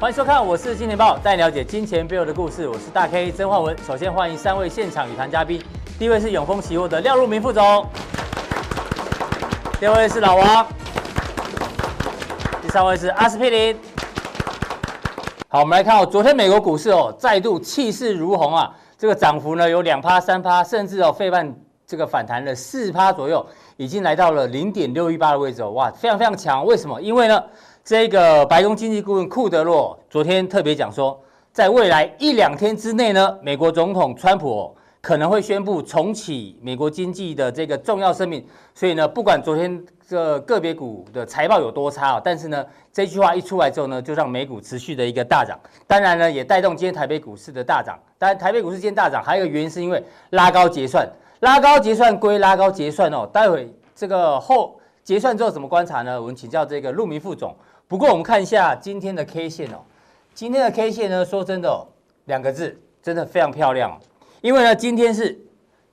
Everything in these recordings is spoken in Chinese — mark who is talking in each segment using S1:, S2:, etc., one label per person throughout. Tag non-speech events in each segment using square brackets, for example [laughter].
S1: 欢迎收看，我是金钱豹，带你了解金钱背后的故事。我是大 K 曾焕文。首先欢迎三位现场语谈嘉宾，第一位是永丰期货的廖如明副总，第二位是老王，第三位是阿司匹林。好，我们来看哦，昨天美国股市哦再度气势如虹啊，这个涨幅呢有两趴、三趴，甚至哦费半这个反弹了四趴左右，已经来到了零点六一八的位置哦，哇，非常非常强。为什么？因为呢，这个白宫经济顾问库德洛昨天特别讲说，在未来一两天之内呢，美国总统川普哦可能会宣布重启美国经济的这个重要声明。所以呢，不管昨天这个别股的财报有多差哦，但是呢，这句话一出来之后呢，就让美股持续的一个大涨。当然呢，也带动今天台北股市的大涨。当然，台北股市今天大涨还有一个原因是因为拉高结算，拉高结算归拉高结算哦，待会这个后结算之后怎么观察呢？我们请教这个陆明副总。不过我们看一下今天的 K 线哦，今天的 K 线呢，说真的哦，两个字真的非常漂亮哦，因为呢今天是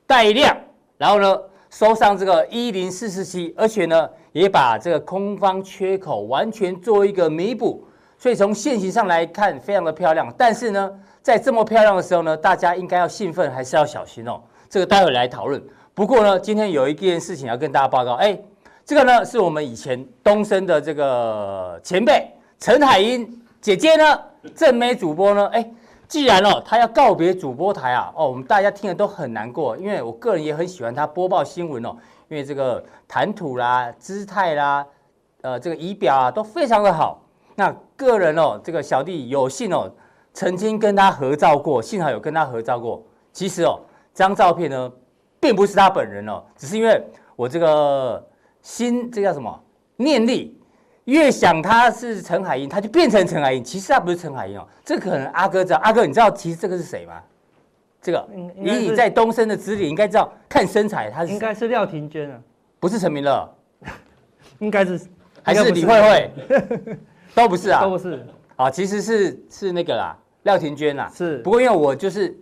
S1: 带量，然后呢收上这个一零四四七，而且呢也把这个空方缺口完全做一个弥补，所以从现形上来看非常的漂亮。但是呢，在这么漂亮的时候呢，大家应该要兴奋还是要小心哦？这个待会来讨论。不过呢，今天有一件事情要跟大家报告，哎，这个呢是我们以前东升的这个前辈陈海英姐姐呢，正妹主播呢，哎。既然哦，她要告别主播台啊，哦，我们大家听了都很难过，因为我个人也很喜欢她播报新闻哦，因为这个谈吐啦、姿态啦、呃，这个仪表啊都非常的好。那个人哦，这个小弟有幸哦，曾经跟他合照过，幸好有跟他合照过。其实哦，这张照片呢，并不是他本人哦，只是因为我这个心，这叫什么念力，越想他是陈海英，他就变成陈海英。其实他不是陈海英哦，这可能阿哥知道。阿哥，你知道其实这个是谁吗？这个
S2: 应应
S1: 以
S2: 该是
S1: 你在东升的资历，应该知道看身材他是
S2: 应该是廖庭娟啊，
S1: 不是陈明乐，
S2: 应该是
S1: 还是
S2: 应该不
S1: 李慧慧， [laughs] 都不是啊，
S2: 都不是，
S1: 啊，其实是是那个啦，廖庭娟啦。
S2: 是
S1: 不过因为我就是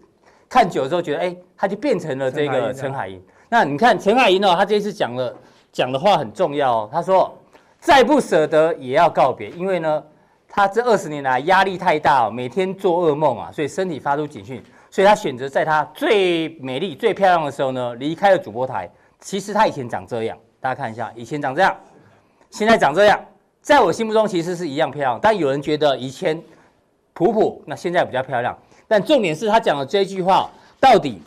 S1: 看久了之后觉得，哎、她就变成了这个陈
S2: 陈
S1: 海英。啊那你看陈海英哦，她这一次讲了讲的话很重要哦。她说，再不舍得也要告别，因为呢，她这二十年来压力太大、哦，每天做噩梦啊，所以身体发出警讯，所以她选择在她最美丽、最漂亮的时候呢，离开了主播台。其实她以前长这样，大家看一下，以前长这样，现在长这样。在我心目中其实是一样漂亮，但有人觉得以前普普，那现在比较漂亮。但重点是他讲的这句话，到底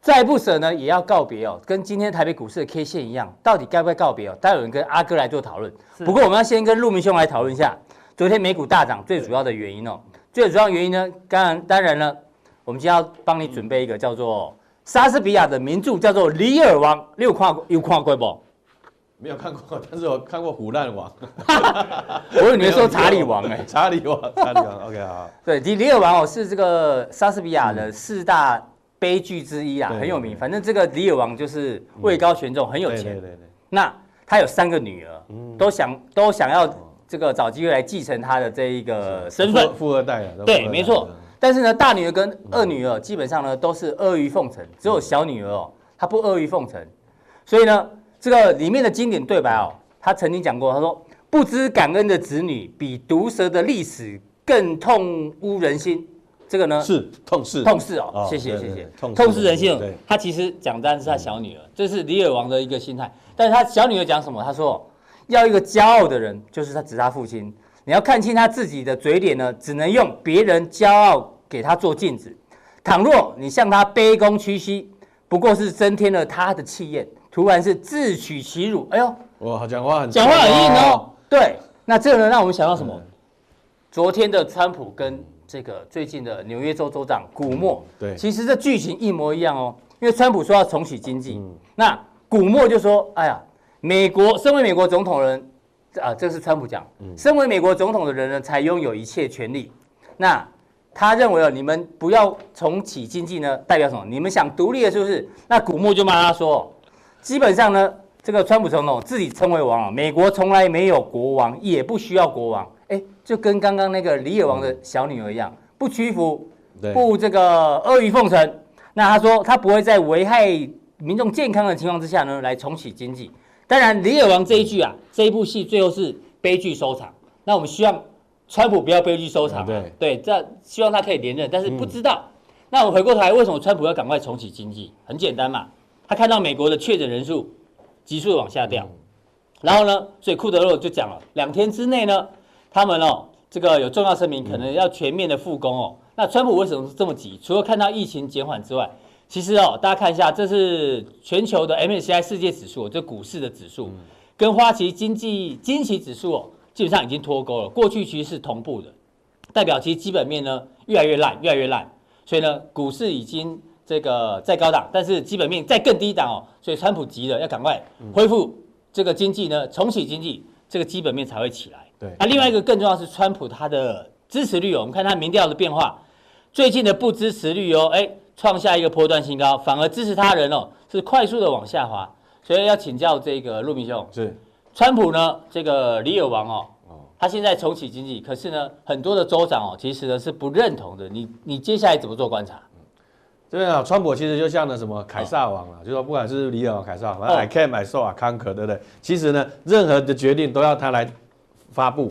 S1: 再不舍呢也要告别哦，跟今天台北股市的 K 线一样，到底该不该告别哦？待会有人跟阿哥来做讨论。
S2: 是
S1: 不过我们要先跟陆明兄来讨论一下昨天美股大涨最主要的原因哦。最主要原因呢，当然当然呢，我们今天要帮你准备一个叫做莎士比亚的名著，叫做《李尔王》，你有看过有看过不？
S3: 没有看过，但是我看过《
S1: [laughs]
S3: 虎烂王》
S1: 我以为你会说查理王哎、
S3: 查理王，
S1: [laughs]
S3: 查理王，OK 好，
S1: 对，《迪里尔王》哦是这个莎士比亚的四大悲剧之一啊，
S3: 嗯对
S1: 很有名。
S3: 对嗯
S1: 反正这个《迪尔王》就是位高权重，很有
S3: 对
S1: 钱
S3: 对。嗯对对，
S1: 那他有三个女儿，都想都想要
S3: 嗯
S1: 这个找机会来继承他的这一个身份
S3: 富。富二代啊，都富二
S1: 对，
S3: 代
S1: 没错。但是呢，大女儿跟二女
S3: 嗯
S1: 儿基本上呢都是阿谀奉承，只有小女儿哦，她不阿谀奉承。所以呢，这个里面的经典对白哦，她曾经讲过，她说：“不知感恩的子女，比毒蛇的历史更痛污人心。”这个呢，
S3: 是痛是
S1: 痛斥哦
S3: 哦，
S1: 谢谢
S3: 对
S1: 谢谢
S3: 对对，痛斥
S1: 痛斥人性
S3: 对。嗯
S1: 他其实讲的是他小女儿，这是李尔王的一个心态。但是他小女儿讲什么？他说要一个骄傲的人，就是他指他父亲。你要看清他自己的嘴脸呢，只能用别人骄傲给他做镜子。倘若你向他卑躬屈膝，不过是增添了他的气焰，突然是自取其辱。哎呦，
S3: 哇，讲话很啊嗯
S1: 讲话很硬
S3: 重
S1: 哦。对，那这个呢，让我们想到什么？昨天的川普跟这个最近的纽约州州长古默，
S3: 对
S1: 其实这剧情一模一样哦。因为川普说要重启经济，
S3: 嗯
S1: 那古默就说：“哎呀，美国身为美国总统的人，啊，这是川普讲，
S3: 嗯
S1: 身为美国总统的人呢，才拥有一切权利。那他认为哦，你们不要重启经济呢，代表什么？你们想独立了是不是？那古默就骂他说哦，基本上呢，这个川普总统自己称为王啊，美国从来没有国王，也不需要国王。哎，就跟刚刚那个李野王的小女儿一样，不屈服，
S3: 对
S1: 不这个阿谀奉承。那他说他不会在危害民众健康的情况之下呢，来重启经济。当然，李野王这一句啊，这一部戏最后是悲剧收场。那我们希望川普不要悲剧收场、啊，
S3: 嗯
S1: 对，这希望他可以连任，但是不
S3: 嗯
S1: 知道。那我们回过头来，为什么川普要赶快重启经济？很简单嘛，他看到美国的确诊人数急速地往下
S3: 嗯
S1: 掉，然后呢，所以库德洛就讲了，两天之内呢，他们哦，这个有重要声明，可能要全面的复工哦。那川普为什么这么急？除了看到疫情减缓之外，其实哦，大家看一下，这是全球的 MSCI 世界指数，哦这股市的指数，跟花旗经济经济指数哦，基本上已经脱钩了。过去其实是同步的，代表其实基本面呢越来越烂，越来越烂。所以呢，股市已经这个在高档，但是基本面在更低档哦。所以川普急了，要赶快恢复这个经济呢，重启经济，这个基本面才会起来。啊
S3: 对
S1: 那另外一个更重要是川普他的支持率哦，我们看他民调的变化，最近的不支持率哦，哎，创下一个波段新高，反而支持他人哦是快速的往下滑。所以要请教这个陆明兄，
S3: 是
S1: 川普呢，这个里尔王哦，
S3: 哦，
S1: 他现在重启经济，可是呢，很多的州长哦，其实呢是不认同的。你你接下来怎么做观察？
S3: 这边啊，川普其实就像那什么凯撒王啊，就说不管是里尔王、凯撒王，反正
S1: 哦
S3: I can, I saw, I conquer，对不对？其实呢，任何的决定都要他来发布，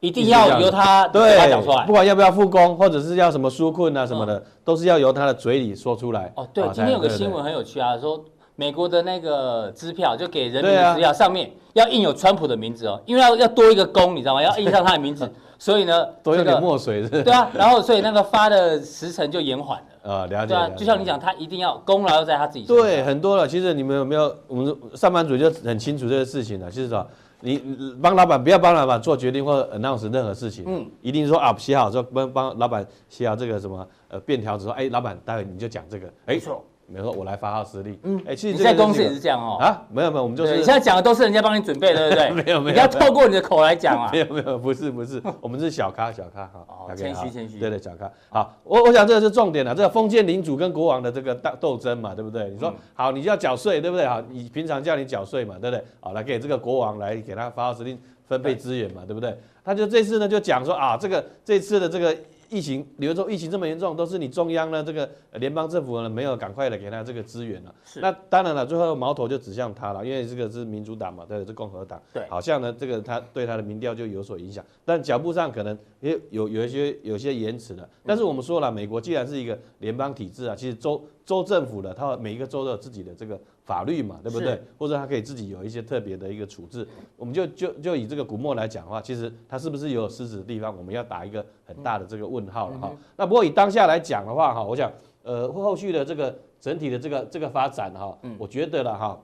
S1: 一定要由他
S3: 对
S1: 嘴巴讲出来
S3: 不。管要不要复工，或者是要什么纾困啊什么的，都是要由他的嘴里说出来。
S1: 哦，对，
S3: 啊
S1: 今天有个
S3: 才
S1: 新闻很有趣啊，说美国的那个支票就给人民
S3: 对
S1: 的
S3: 啊
S1: 支票上面要印有川普的名字哦，因为要要多一个公，你知道吗？要印上他的名
S3: [laughs]
S1: 字，所以呢，
S3: 多用
S1: 这
S3: 点
S1: 个
S3: 墨水是不
S1: [laughs]
S3: 是
S1: 对啊，然后所以那个发的时辰就延缓了。
S3: 啊，了解。
S1: 对啊
S3: 了，解
S1: 就像你讲，他一定要功劳要在他自己身上。
S3: 对，很多了。其实你们有没有？我们上班族就很清楚这个事情了。就是说，你你帮老板不要帮老板做决定或 announce 任何事情，
S1: 嗯
S3: 嗯，一定说啊写好说帮帮老板写好这个什么呃便条纸说，哎，老板待会你就讲这个，哎，
S1: 没错，
S3: 没错，我来发号施令，嗯，哎，其
S1: 你
S3: 实
S1: 在
S3: 这个
S1: 公
S3: 就
S1: 司
S3: 是
S1: 也是这样哦。
S3: 啊，没有没有，我们就
S1: 对，
S3: 是
S1: 你现在讲的都是人家帮你准备的，对不对？
S3: [laughs] 没有没有
S1: 你要透过你的口来讲啊
S3: [laughs] 没。有没有，不是
S1: [laughs]
S3: 不是，我们是小咖小咖哈
S1: 哦，
S3: 小咖
S1: 谦虚
S3: 好
S1: 谦虚
S3: 对对小咖。好，我我想这个是重点了，啊这个封建领主跟国王的这个大斗争嘛，对不对？你
S1: 嗯
S3: 说好，你就要缴税，对不对？好，你平常叫你缴税嘛，对不对？好，来给这个国王来给他发号施令，分配资源嘛，对不对？他就这次呢就讲说啊，这个这次的这个疫情，比如说疫情这么严重，都是你中央呢这个呃联邦政府呢没有赶快的给他这个资源了、啊
S1: 是
S3: 那当然了，最后矛头就指向他了，因为这个是民主党嘛，对，是共和党。
S1: 对
S3: 好像呢这个他对他的民调就有所影响，但脚步上可能也有有一些有一些延迟了。但是我们说了，美国既然是一个联邦体制啊，其实州州政府呢，它每一个州都有自己的这个法律嘛，对不对
S1: 是？
S3: 或者它可以自己有一些特别的一个处置。我们就就就以这个古墨来讲的话，其实它是不是有失职的地方，我们要打一个很大的这个问号了哈。那不过以当下来讲的话哈，我想呃后续的这个整体的这个这个发展哈，我觉得了哈。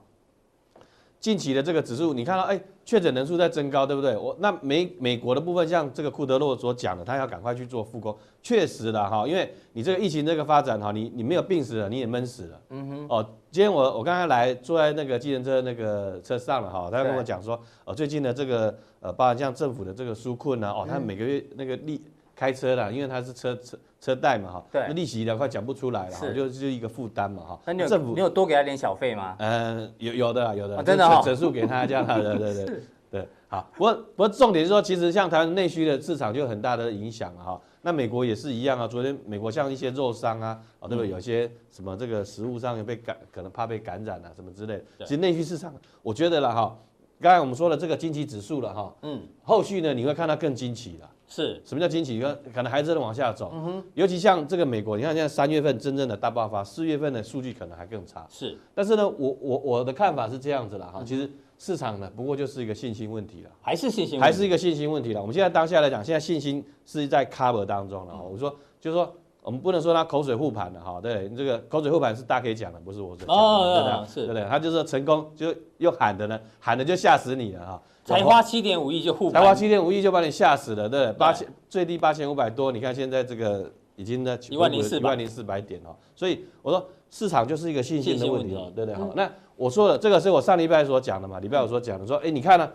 S3: 近期的这个指数，你看到哎，确诊人数在增高，对不对？我那美美国的部分，像这个库德洛所讲的，他要赶快去做复工，确实的哈，因为你这个疫情这个发展哈，你你没有病死了，你也闷死了。嗯哼。哦，今天我我刚才来坐在那个计程车那个车上了哈，他跟我讲说，哦，最近的这个呃，包含像政府的这个纾困啊，哦，
S1: 嗯
S3: 他每个月那个利开车啦，因为他是车车车贷嘛哈，
S1: 对
S3: 那利息的快讲不出来了哈，
S1: 是
S3: 就就是一个负担嘛哈。
S1: 那你有
S3: 政府
S1: 你有多给他点小费吗？
S3: 嗯，有有的啦，有的啦，
S1: 啊真的哦
S3: 就整整数给他这样啦，对对对对对，好。不过不过重点是说，其实像台湾内需的市场就有很大的影响啊。哈那美国也是一样啊，昨天美国像一些肉商啊，哦
S1: 嗯
S3: 对不对？有些什么这个食物上也被感，可能怕被感染啊什么之类的。
S1: 对
S3: 其实内需市场，我觉得了哈，刚才我们说的这个经济指数了哈，
S1: 嗯，
S3: 后续呢你会看到更惊奇了。
S1: 是
S3: 什么叫惊奇？可可能还真的往下
S1: 嗯
S3: 走，尤其像这个美国，你看现在三月份真正的大爆发，四月份的数据可能还更差。
S1: 是，
S3: 但是呢，我我我的看法是这样子啦哈，其实市场呢，不过就是一个信心问题了。
S1: 还是信心问
S3: 还
S1: 题，
S3: 是一个信心问题了。我们现在当下来讲，现在信心是在 cover 当中了哈。我说，就是说，我们不能说它口水护盘了哈。对，这个口水护盘是大家可以讲的，不是我所讲的，
S1: 哦
S3: 对的
S1: 是
S3: 对不对？他就是成功，就又喊的呢，喊的就吓死你了哈。
S1: 才花七点五亿就护
S3: 才
S1: 盘，
S3: 华七点五亿就把你吓死了，对不对，八千最低八千五百多，你看现在这个已经呢
S1: 10400
S3: 一万零四百点哦，所以我说市场就是一个信心的问题
S1: 信心
S3: 哦
S1: 问，
S3: 对不对？好，那我说了，这个是我上礼拜所讲的嘛，礼拜我所讲的说，哎，你看呢、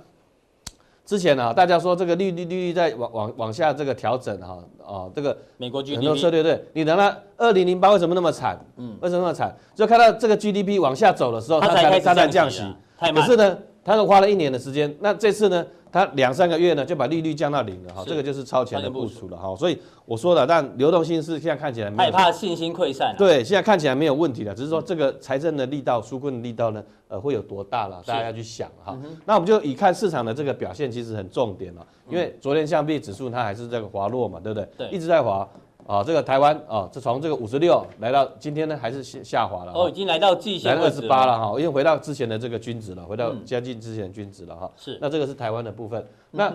S3: 之前呢、大家说这个利率利率在往往往下这个调整哈、哦，这个
S1: 美国
S3: 很多策
S1: GDP
S3: 略对，你等到二零零八为什么那么惨？嗯，为什么那么惨？就看到这个 GDP 往下走的时候，
S1: 它才
S3: 才
S1: 开始
S3: 它才
S1: 降
S3: 降
S1: 息
S3: 息
S1: 啊，太慢
S3: 可是呢，它是花了一年的时间。那这次呢，它两三个月呢就把利率降到零了哈，
S1: 是
S3: 这个就是超前的
S1: 超前部
S3: 部
S1: 署
S3: 署了哈。所以我说了，但流动性是现在看起来没
S1: 害
S3: 有
S1: 怕信心溃散、啊。，
S3: 对，现在看起来没有问题了，只
S1: 嗯
S3: 是说这个财政的力道、纾困的力道呢，呃，会有多大了？大家要去想哈。
S1: 嗯
S3: 那我们就以看市场的这个表现，其实很重点了，因为昨天像币指数它还是这个滑落嘛，对不对？
S1: 嗯对
S3: 一直在滑啊。这个台湾啊，这从这个五十六来到今天呢，还是下下滑了。
S1: 哦，已经来到季
S3: 来
S1: 线
S3: 二
S1: 位
S3: 十
S1: 置
S3: 八了哈，因为回到之前的这个均值了，回到
S1: 嗯
S3: 接近之前的均值了哈。
S1: 是嗯
S3: 那这个是台湾的部分。那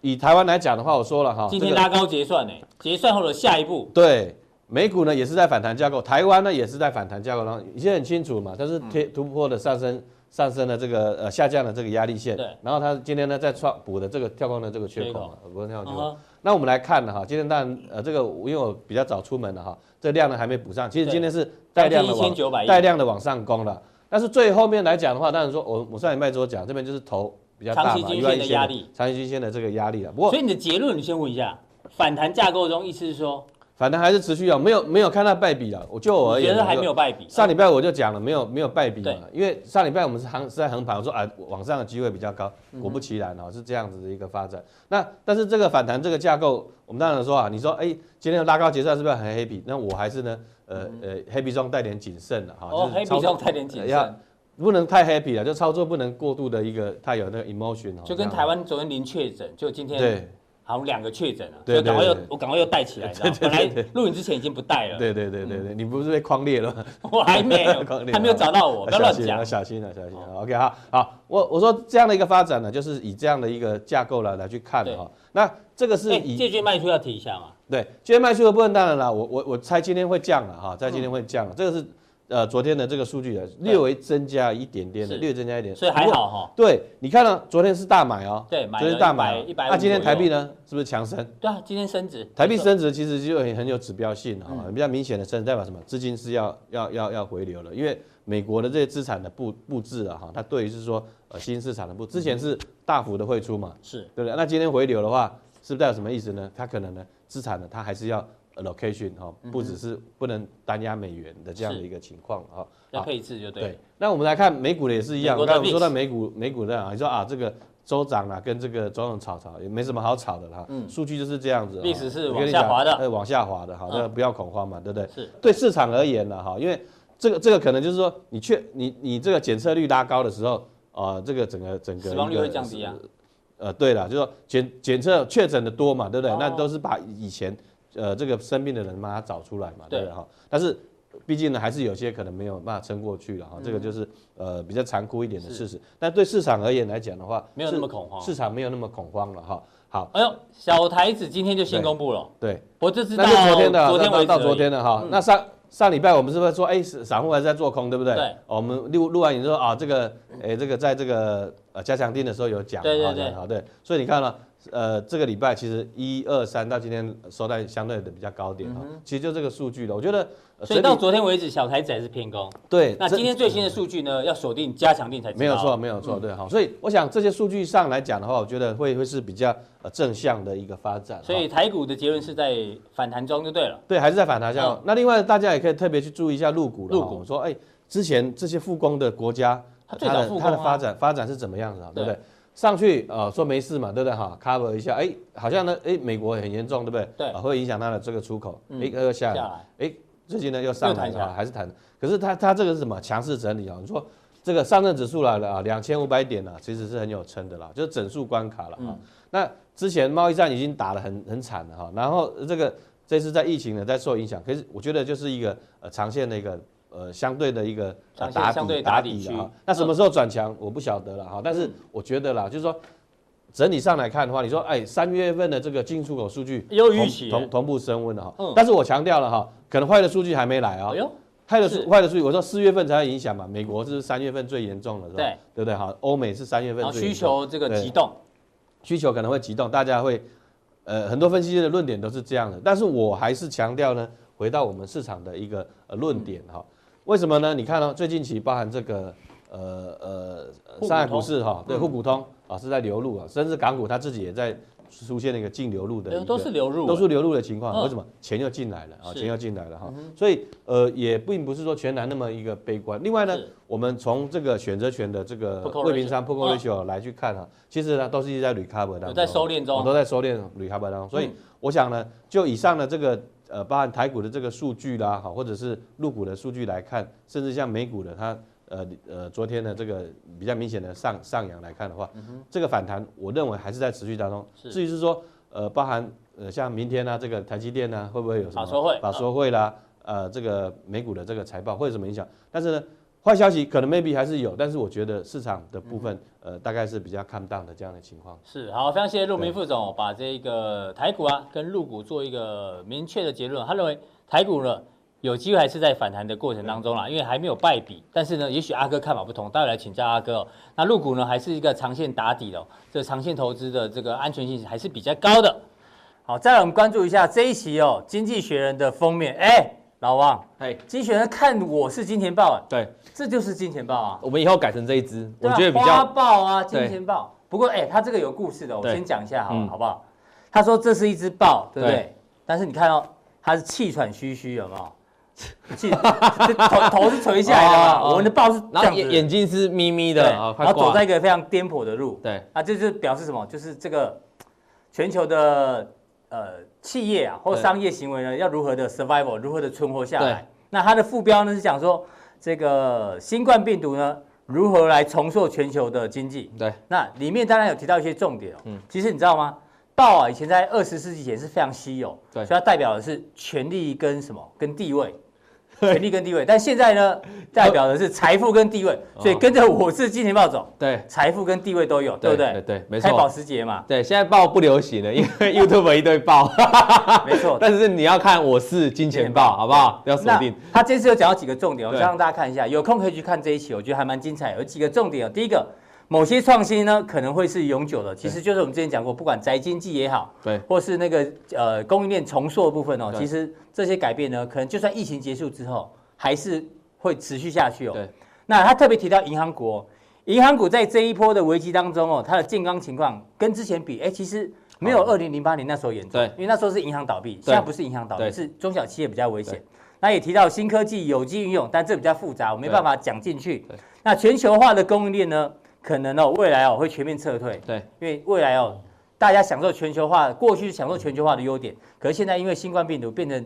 S3: 以台湾来讲的话，我说了哈，
S1: 今
S3: 这
S1: 天
S3: 个
S1: 拉高结算呢、结算后的下一步
S3: 对，美股呢也是在反弹架构，台湾呢也是在反弹架构，然后已经很清楚嘛，它
S1: 嗯
S3: 是贴突破的上升。上升的这个呃下降的这个压力线，
S1: 对
S3: 然后它今天呢再创补的这个跳空的这个缺
S1: 缺
S3: 口
S1: 口
S3: 嘛，呃不是跳空缺
S1: 嗯
S3: 口。
S1: 哼
S3: 那我们来看了哈，今天当然呃这个因为我比较早出门了哈，这量呢还没补上，其实
S1: 对
S3: 今天是带量的
S1: 将
S3: 往
S1: 近1900亿
S3: 带量的往上攻了。但是最后面来讲的话，当然说我我上礼拜所讲这边就是头比较大
S1: 长期
S3: 嘛，
S1: 均
S3: 一万
S1: 线的
S3: 一
S1: 压
S3: 千
S1: 力
S3: 长期均线的这个压力了。不过
S1: 所以你的结论，你先问一下，反弹架构中意思是说，
S3: 反正还是持续啊，没有没有看到败笔了。我就我而
S1: 你觉
S3: 言，
S1: 得还
S3: 我
S1: 没
S3: 就
S1: 有败笔？
S3: 上礼拜我就讲了，没有没有败笔嘛
S1: 对，
S3: 因为上礼拜我们是行是在横盘，我说啊往上的机会比较高，
S1: 嗯
S3: 果不其然哦，是这样子的一个发展。那但是这个反弹这个架构，我们当然说啊，你说哎、今天拉高结算是不是很 happy？那我还是呢，呃呃 happy 中带点谨慎了哈，
S1: 嗯哦，黑
S3: 操
S1: 比
S3: 作哎
S1: 重带点谨
S3: 要
S1: 慎，
S3: 不能太 happy 啊了，就操作不能过度的一个太有那个 emotion 哦，
S1: 就跟
S3: 这样
S1: 台湾昨天零确诊，就今天
S3: 对
S1: 好像两个确诊了，所
S3: 对
S1: 以赶快又
S3: 对对
S1: 我赶快又带起来，你知道吗本来录影之前已经不带了，
S3: 对对对对对，
S1: 嗯
S3: 你不是被框裂了吗？
S1: 我还没
S3: [laughs]
S1: 有
S3: 搞定
S1: 还没有找到我，不要
S3: 小
S1: 乱
S3: 心
S1: 讲
S3: 啊，。小心啊，小心啊。OK 哈，好，我我说这样的一个发展呢，就是以这样的一个架构来来去看的哈。那这个是
S1: 哎，
S3: 以
S1: 借券卖出要提一下嘛，
S3: 对今天卖出的部分，当然啦，我我我猜今天会降了哈，在今天会
S1: 嗯
S3: 降了，这个是呃昨天的这个数据啊，略微增加一点点的，
S1: 是
S3: 略增加一点，
S1: 所以还
S3: 不过。
S1: 好哈。
S3: 对，你看到昨天是大买哦，
S1: 对买了
S3: 昨天大买哦，
S1: 100 150
S3: 那今天台币呢，是不是强升？
S1: 对啊，今天升值，
S3: 台币
S1: 没错，
S3: 升值其实就很很有指标性哈、很比较明显的升值代表什么？资金是要要要要回流了，因为美国的这些资产的布布置啊哈，它对于是说呃新市场的布，之前是大幅的汇出嘛，
S1: 是
S3: 对不对？那今天回流的话，是不是代表什么意思呢？它可能呢资产呢它还是要 allocation 哈、不只是不能单压美元的这样的一个情况哈。
S1: 要
S3: 好
S1: 配置就对了。，
S3: 那我们来看美股的也是一样。
S1: 美国
S3: 刚
S1: 的
S3: 才
S1: VIX
S3: 我们说到美股，美股的啊，你说啊，这个州长啊，跟这个总统吵吵也没什么好吵的啦。数据就是这样子啊。
S1: 历嗯史是
S3: 我跟
S1: 往
S3: 你
S1: 下
S3: 讲
S1: 滑的
S3: 呃，往下滑的哈，
S1: 嗯
S3: 那不要恐慌嘛，对不对？
S1: 是
S3: 对市场而言呢，哈，因为这个这个可能就是说，你确你你这个检测率拉高的时候，啊，这个整个整个
S1: 死亡率
S3: 一个
S1: 会降低啊。
S3: 呃，对了，就是说检检测确诊的多嘛，对不对？
S1: 哦
S3: 那都是把以前呃这个生病的人把他找出来嘛，
S1: 对
S3: 对不对哈？但是毕竟呢，还是有些可能没有办法撑过去了哈，
S1: 嗯
S3: 这个就是呃比较残酷一点的事实。但对市场而言来讲的话，
S1: 没有
S3: 市
S1: 那么恐慌
S3: 市场没有那么恐慌了哈。好，
S1: 哎呦，小台子今天就先公布了，
S3: 对，
S1: 我就知道
S3: 那是昨天的，
S1: 昨天
S3: 到
S1: 为止
S3: 到
S1: 而已嗯
S3: 昨天的哈。那上上礼拜我们是不是说，哎，散户还是在做空，对不对？
S1: 对
S3: 哦我们录录完影之后啊，这个，哎，这个在这个呃加强定的时候有讲，
S1: 对对
S3: 哈
S1: 对
S3: 讲好对。所以你看了，呃，这个礼拜其实一二三到今天收在相对的比较高点哈，其实就这个数据了。我觉得
S1: 嗯
S3: 呃
S1: 所以到
S3: 整体
S1: 昨天为止，小台子还是偏高。
S3: 对，
S1: 那
S3: 这
S1: 今天最新的数据呢，要锁定加强定才知道。
S3: 没有错，，没有
S1: 嗯
S3: 错，对哈。所以我想这些数据上来讲的话，我觉得会会是比较呃正向的一个发展。
S1: 所
S3: 哈
S1: 以台股的结论是在反弹中就对了。
S3: 对，还是在反弹下。
S1: 嗯
S3: 那另外大家也可以特别去注意一下入股了哈。
S1: 入股
S3: 我说，哎、之前这些复工的国家，
S1: 它最早
S3: 的
S1: 复工
S3: 它的
S1: 啊
S3: 发展发展是怎么样子啊？对不
S1: 对
S3: 对？上去呃说没事嘛，对不对哈？cover 一下，哎、好像呢，哎、美国也很严重，对不对？
S1: 对
S3: 啊会影响它的这个出口，
S1: 嗯
S3: 哎、又下来
S1: 下
S3: 了，
S1: 来
S3: 哎、最近呢又上
S1: 又
S3: 来
S1: 弹
S3: 了
S1: 下来
S3: 啊，还是弹。可是它它这个是什么？强势整理啊？你说这个上证指数来了啊，两千五百点啊，其实是很有撑的啦，就是整数关卡了
S1: 嗯
S3: 啊。那之前贸易战已经打得很很惨了哈，然后这个这次在疫情呢在受影响，可是我觉得就是一个呃长线的一个呃相对的一个呃
S1: 长线相对打底
S3: 了啊哈
S1: 区。嗯
S3: 那什么时候转强我不晓得了哈，但是我觉得啦，就是说整体上来看的话，你说哎三月份的这个进出口数据
S1: 优于
S3: 同
S1: 预期
S3: 同同步升温了哈
S1: 嗯，
S3: 但是我强调了哈，可能坏的数据还没来啊
S1: 哎。呦，
S3: 坏的数
S1: 是
S3: 坏的数据，我说四月份才会影响嘛，美国是三月份最严重的，是吧？
S1: 对
S3: 对不对？哈，欧美是三月份
S1: 然后
S3: 最严
S1: 需
S3: 重
S1: 求这个
S3: 对
S1: 急动，
S3: 需求可能会激动，大家会，呃，很多分析师的论点都是这样的，但是我还是强调呢，回到我们市场的一个呃论点哈、为什么呢？你看哦，最近期包含这个呃呃
S1: 沪股嗯
S3: 上海股市哈、对，沪股通啊是在流入啊，甚至港股它自己也在出现了一个净流入的一个，
S1: 哎都是流入，
S3: 都是流入的情况，
S1: 嗯
S3: 为什么钱又进来了啊？
S1: 是嗯
S3: 钱又进来了哈，所以呃也并不是说全然那么一个悲观。另外呢
S1: 哎是，
S3: 我们从这个选择权的这个
S1: Put call
S3: 未平仓
S1: ratio，
S3: put call ratio 来去看啊，其实呢都是一直在 recover 当
S1: 嗯有
S3: 中，
S1: 在收敛中
S3: 我都在收敛 recover 当中。所以
S1: 嗯
S3: 我想呢，就以上的这个呃，包含台股的这个数据啦，哈，或者是入股的数据来看，甚至像美股的它。呃呃，昨天的这个比较明显的上上扬来看的话，
S1: 嗯
S3: 这个反弹我认为还是在持续当中。
S1: 是
S3: 至于是说呃，包含呃像明天呢、这个台积电呢、会不会有什
S1: 法
S3: 么
S1: 说会
S3: 法说会啦，呃，这个美股的这个财报会有什么影响？但是呢，坏消息可能 maybe 还是有，但是我觉得市场的部分、
S1: 嗯
S3: 呃大概是比较看 down 的这样的情况。
S1: 是好，非常谢谢陆明副总把这个台股啊跟陆股做一个明确的结论。他认为台股呢有机会还是在反弹的过程当中啦，因为还没有败笔。但是呢，也许阿哥看法不同，待会来请教阿哥、哦。那陆股呢还是一个长线打底的、哦，这长线投资的这个安全性还是比较高的。好，再来我们关注一下这一期哦，《经济学人》的封面。哎，老王，
S4: 哎，
S1: 经济学人》看我是金钱豹啊，
S4: 对，
S1: 这就是金钱豹啊。
S4: 我们以后改成这一支，我
S1: 对啊
S4: 觉得比
S1: 花
S4: 较
S1: 豹啊，
S4: 对
S1: 金钱豹。不过哎、它这个有故事的，我
S4: 对
S1: 先讲一下好了，
S4: 嗯
S1: 好不好？他说这是一只豹，对不对？
S4: 对
S1: 但是你看哦，它是气喘吁吁，有没有？气 [laughs] 这头头是垂下来的嘛，
S4: 哦哦
S1: 我们的豹是这
S4: 然
S1: 样子
S4: 后眼
S1: 的，
S4: 眼睛是眯眯
S1: 对，
S4: 的，啊，
S1: 然
S4: 快
S1: 后走
S4: 挂
S1: 在
S4: 了。
S1: 一个非常颠簸的路，
S4: 对，
S1: 啊，这就是表示什么？就是这个全球的呃企业啊或
S4: 对
S1: 商业行为呢，要如何的 survival，如何的存活下来
S4: 对。
S1: 那它的副标呢是讲说，这个新冠病毒呢如何来重塑全球的经济。
S4: 对，
S1: 那里面当然有提到一些重点哦。
S4: 嗯
S1: 其实你知道吗？豹啊，以前在二十世纪前是非常稀有，
S4: 对
S1: 所以它代表的是权力跟什么？跟地位。权力跟地位，但现在呢，代表的
S4: 呃
S1: 是财富跟地位，
S4: 哦
S1: 所以跟着我是金钱豹走，
S4: 对，
S1: 财富跟地位都有，对不
S4: 对对
S1: 对？
S4: 对没
S1: 开
S4: 错，
S1: 保时捷嘛
S4: 对，现在豹不流行了，因
S1: [laughs]
S4: 为 YouTube 一堆豹，
S1: 哦
S4: 啊
S1: 没错。
S4: [laughs] 但是你要看我是金钱豹，好不好？要锁
S1: 那
S4: 定。
S1: 他这次有讲到几个重点，我
S4: 对
S1: 想让大家看一下，有空可以去看这一期，我觉得还蛮精彩。有几个重点哦，第一个，某些创新呢可能会是永久的，其实就是我们之前讲过，不管宅经济也好，
S4: 对
S1: 或是那个呃供应链重塑的部分哦，
S4: 对
S1: 其实这些改变呢，可能就算疫情结束之后，还是会持续下去哦。
S4: 对，
S1: 那他特别提到银行股、哦，银行股在这一波的危机当中哦，它的健康情况跟之前比，哎，其实没有二零零八年那时候严重，
S4: 对
S1: 因为那时候是银行倒闭，现在不是银行倒闭，
S4: 对
S1: 是中小企业比较危险
S4: 对。
S1: 那也提到新科技有机应用，但这比较复杂，我没
S4: 对
S1: 办法讲进去
S4: 对。
S1: 那全球化的供应链呢，可能哦未来哦会全面撤退，
S4: 对
S1: 因为未来哦大家享受全球化，过去享受全球化的优点，可是现在因为新冠病毒变成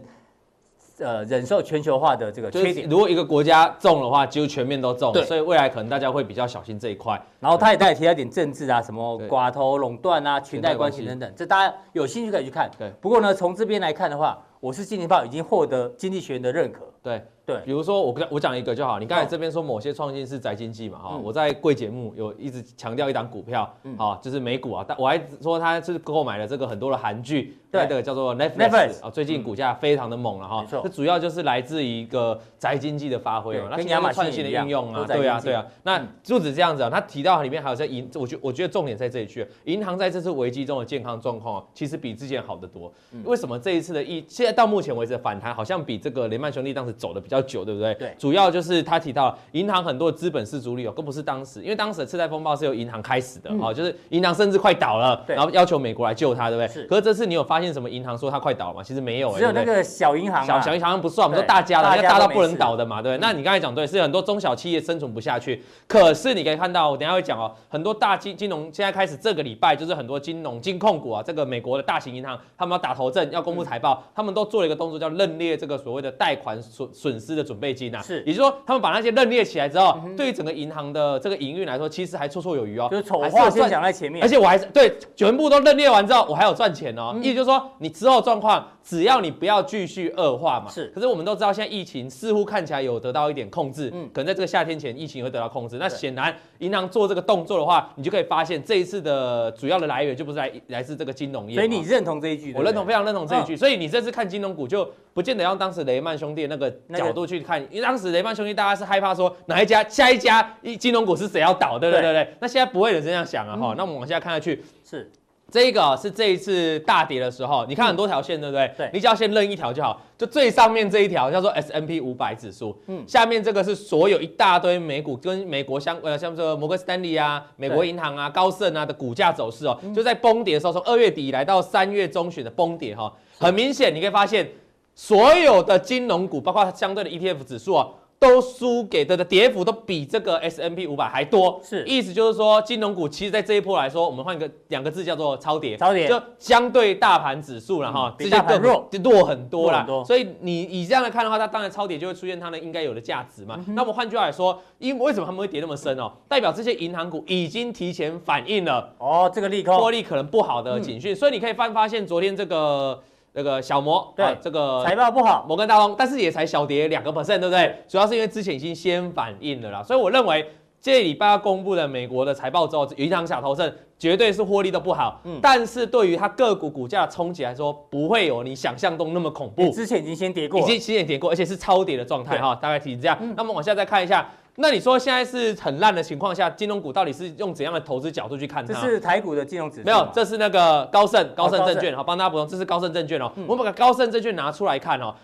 S1: 呃忍受全球化的这个
S4: 就
S1: 缺
S4: 是
S1: 点。
S4: 如果一个国家中的话，几乎全面都中
S1: 对，
S4: 所以未来可能大家会比较小心这一块。
S1: 然后他也带提到一点政治啊，什么
S4: 对
S1: 寡头垄断啊、裙带关系
S4: 裙带
S1: 等
S4: 关系
S1: 等，这大家有兴趣可以去看。
S4: 对
S1: 不过呢，从这边来看的话，我是金钱豹已经获得经济学人的认可。
S4: 对
S1: 对
S4: 比如说我跟我讲一个就好，你刚才
S1: 嗯
S4: 这边说某些创新是宅经济嘛，哈、
S1: 嗯
S4: 我在贵节目有一直强调一档股票，
S1: 嗯
S4: 啊，就是美股啊，但我还说它是购买了这个很多的韩剧，
S1: 对
S4: 那个叫做
S1: Netflix 嗯
S4: Netflix 啊，最近股价非常的猛了哈
S1: 没错，
S4: 这主要就是来自于一个宅经济的发挥
S1: 对
S4: 嘛，那
S1: 跟
S4: 其他
S1: 亚马
S4: 的
S1: 逊
S4: 创新的
S1: 一样
S4: 应用
S1: 都
S4: 啊，
S1: 宅经
S4: 对啊
S1: 济
S4: 对啊，那
S1: 嗯
S4: 不止这样子啊，他提到里面还有在银，我觉我觉得重点在这一句，银行在这次危机中的健康状况啊其实比之前好得多，
S1: 嗯
S4: 为什么这一次的疫，现在到目前为止的反弹好像比这个雷曼兄弟当时走的比较久，对不对？
S1: 对
S4: 主要就是他提到了银行很多资本市足率哦，更不是当时，因为当时的次贷风暴是由银行开始的、哦，就是银行甚至快倒了，
S1: 嗯对
S4: 然后要求美国来救它，对不对？
S1: 是
S4: 可是这次你有发现什么银行说它快倒了吗？其实没有、欸，
S1: 只有
S4: 对
S1: 那
S4: 不对
S1: 个小银行啊
S4: 小小银行不算，我们说
S1: 对
S4: 大家
S1: 大
S4: 了，
S1: 家
S4: 要大
S1: 都
S4: 到
S1: 没
S4: 不能
S1: 事
S4: 倒的嘛，对不对？那你刚才讲对，是很多中小企业生存不下去。可是你可以看到，我等一下会讲哦，很多大金金融现在开始这个礼拜就是很多金融金控股啊，这个美国的大型银行，他们要打头阵，要公布财
S1: 嗯
S4: 报，他们都做了一个动作叫认列这个所谓的贷款损损失的准备金啊，
S1: 是
S4: 也就是说他们把那些认列起来之后，对于整个银行的这个营运来说，其实还绰绰有余哦，
S1: 嗯就是丑
S4: 还是
S1: 话
S4: 有
S1: 先
S4: 赚
S1: 讲在前面，嗯
S4: 而且我还是对全部都认列完之后，我还有赚钱哦。意思就是说，你之后状况只要你不要继续恶化嘛。
S1: 是
S4: 可是我们都知道，现在疫情似乎看起来有得到一点控制，
S1: 嗯
S4: 可能在这个夏天前疫情会得到控制。那
S1: 对
S4: 显然，银行做这个动作的话，你就可以发现这一次的主要的来源就不是来来自这个金融业嘛。
S1: 所以你认同这一句？
S4: 我认同，非
S1: 常
S4: 常认同这一句，所以你这次看金融股就不见得用当时雷曼兄弟那个角度去看，因为当时雷曼兄弟大家是害怕说哪一家下一家一金融股是谁要倒，对不对嗯
S1: 对
S4: 对对？那现在不会有人这样想啊哈，那我们往下看下去，
S1: 是
S4: 这个哦是这一次大跌的时候，你看很多条线，对不对？
S1: 嗯对
S4: 你只要先认一条就好。就最上面这一条叫做 S M P 五百指数，
S1: 嗯
S4: 嗯，下面这个是所有一大堆美股跟美国相呃，像这个摩根士丹利啊、美国银行啊、高盛啊的股价走势哦，
S1: 嗯
S4: 就在崩跌的时候，从二月底来到三月中旬的崩跌哈、哦，很明显你可以发现，所有的金融股，包括相对的 ETF 指数哦。都输给的的跌幅都比这个 S M P 五百还多，
S1: 是
S4: 意思就是说，金融股其实在这一波来说，我们换个两个字叫做超跌，
S1: 超跌
S4: 就相对大盘指数了
S1: 嗯，
S4: 哈
S1: 比
S4: 这些
S1: 大盘弱
S4: 弱很多
S1: 弱
S4: 啦
S1: 很多，
S4: 所以你以这样来看的话，它当然超跌就会出现它的应该有的价值
S1: 嗯
S4: 嘛。那我们换句话来说，因为什么他们会跌那么深哦？代表这些银行股已经提前反映了。
S1: 哦，嗯这个利
S4: 获
S1: 空，
S4: 利可能不好的警讯，所以你可以发发现昨天这个那个小摩
S1: 对
S4: 啊这个
S1: 财报不好，
S4: 摩根大通，但是也才小跌两个 percent，对不对？主要是因为之前已经先反应了啦，所以我认为这礼拜要公布的美国的财报之后，银行小头阵绝对是获利都不好，
S1: 嗯
S4: 但是对于它个股股价的冲击来说，不会有你想象中那么恐怖。
S1: 你之前已经先跌过
S4: 哦
S1: 嗯
S4: 已
S1: 了，
S4: 经起点跌过，而且是超跌的状态哈，大概是这样。那么往下再看一下，那你说现在是很烂的情况下，金融股到底是用怎样的投资角度去看它？
S1: 这是台股的金融指数
S4: 啊没
S1: 嘛，
S4: 有，这是那个高盛高盛
S1: 高盛嗯
S4: 证券，好，帮大家补充，这是高盛证券哦。我们把高盛证券拿出来看哦，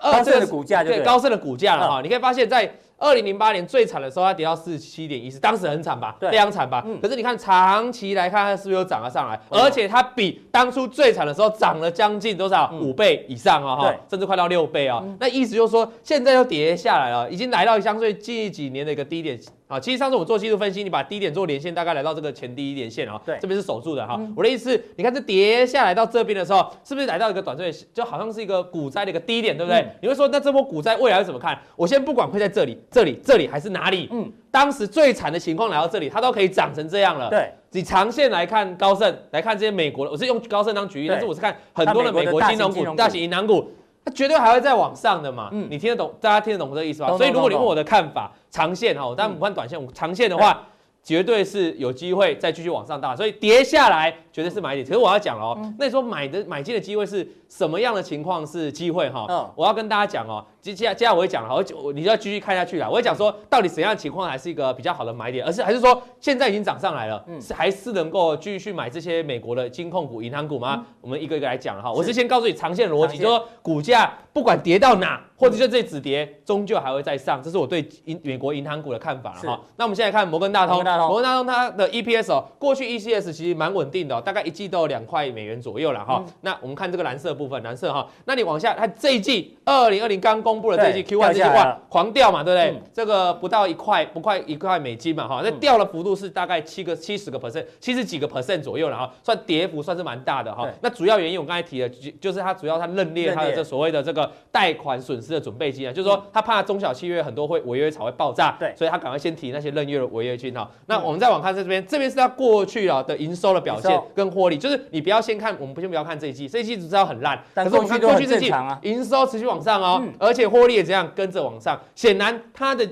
S4: 呃
S1: 高盛的
S4: 这个是
S1: 股价就对了
S4: 对
S1: 嗯
S4: 高盛的股价了哈，你可以发现在。二零零八年最惨的时候，它跌到四十七点一四，当时很惨吧，
S1: 对
S4: 非常惨吧。
S1: 嗯
S4: 可是你看长期来看，它是不是又涨了上来？
S1: 哦
S4: 而且它比当初最惨的时候涨了将近多少？五、倍以上哦，哈
S1: 嗯对，嗯
S4: 甚至快到六倍哦。那意思就是说，现在又跌下来了，已经来到相对近几年的一个低点啊。其实上次我们做技术分析，你把低点做连线，大概来到这个前低一点线啊、
S1: 对嗯
S4: 这边是守住的哈、我的意思是，你看这跌下来到这边的时候，是不是来到一个短暂的，就好像是一个股灾的一个低点，
S1: 嗯
S4: 对不对？你会说，那这波股灾未来要怎么看？我先不管会在这里、这里、这里还是哪里，
S1: 嗯
S4: 嗯，当时最惨的情况来到这里，它都可以涨成这样了。
S1: 对，
S4: 你长线来看高盛，来看这些美国的，我是用高盛当举例，
S1: 对
S4: 但是我是看很多的美国金融
S1: 看美国的大型金
S4: 股
S1: 融、股
S4: 大型银行股，它绝对还会再往上的嘛。
S1: 嗯
S4: 你听得懂？大家听得懂这个意思吧？
S1: 懂
S4: 所以如果你
S1: 懂懂嗯
S4: 问我的看法，长线哈，但不看短线，我长线的话。绝对是有机会再继续往上大，所以跌下来绝对是
S1: 嗯
S4: 买点。可是我要讲哦，那你说买的买进的机会是什么样的情况是机会哈、
S1: 嗯
S4: 我要跟大家讲哦，接接下接下来我会讲了，我就我你就要继续看下去了。我会讲说，到底怎样的情况还是一个比较好的买点，而是还是说现在已经涨上来了，
S1: 嗯
S4: 是还是能够继续买这些美国的金控股、银行股吗？我们一个一个来讲了哈。我是先告诉你长线逻
S1: 嗯长
S4: 辑，
S1: 线嗯
S4: 就是说股价不管跌到哪，或者就这止跌，终究还会再上，这是我对银美国银行股的看法了
S1: 是
S4: 哈。那我们现在看摩根大
S1: 摩
S4: 通，
S1: 根大通
S4: 摩根大通它的 EPS 哦，过去 ECS 其实蛮稳定的哦、大概一季都有两块美元左右了
S1: 嗯
S4: 哈、那我们看这个蓝色部分，蓝色哈、那你往下，它这一季二零二零刚公布了这一季
S1: 对
S4: Q1 这一季
S1: 掉下来
S4: 哇
S1: 了，
S4: 狂掉嘛，对不对？
S1: 嗯
S4: 这个不到一块，不快一块美金嘛哈，那掉的幅度是大概七个七十个 percent，七十几个 percent 左右了哈，算跌幅算是蛮大的哈
S1: 对。
S4: 那主要原因我刚才提了，就就是它主要它认列
S1: 认列
S4: 它的这所谓的这个贷款损失的准备金啊，就是说它怕中小企业很多会违约潮会爆炸，
S1: 对嗯
S4: 所以它赶快先提那些认列的违约金哈。啊那我们再往看这边，这边是它过去啊的营收的表
S1: 营
S4: 现
S1: 收
S4: 跟获利，就是你不要先看，我们先不要看这一季，这一季只知道很烂，
S1: 但
S4: 可是我们看
S1: 过去都
S4: 过去
S1: 很
S4: 这一季
S1: 正常啊
S4: 营收持续往上哦，
S1: 嗯
S4: 而且获利也这样跟着往上，显然它的。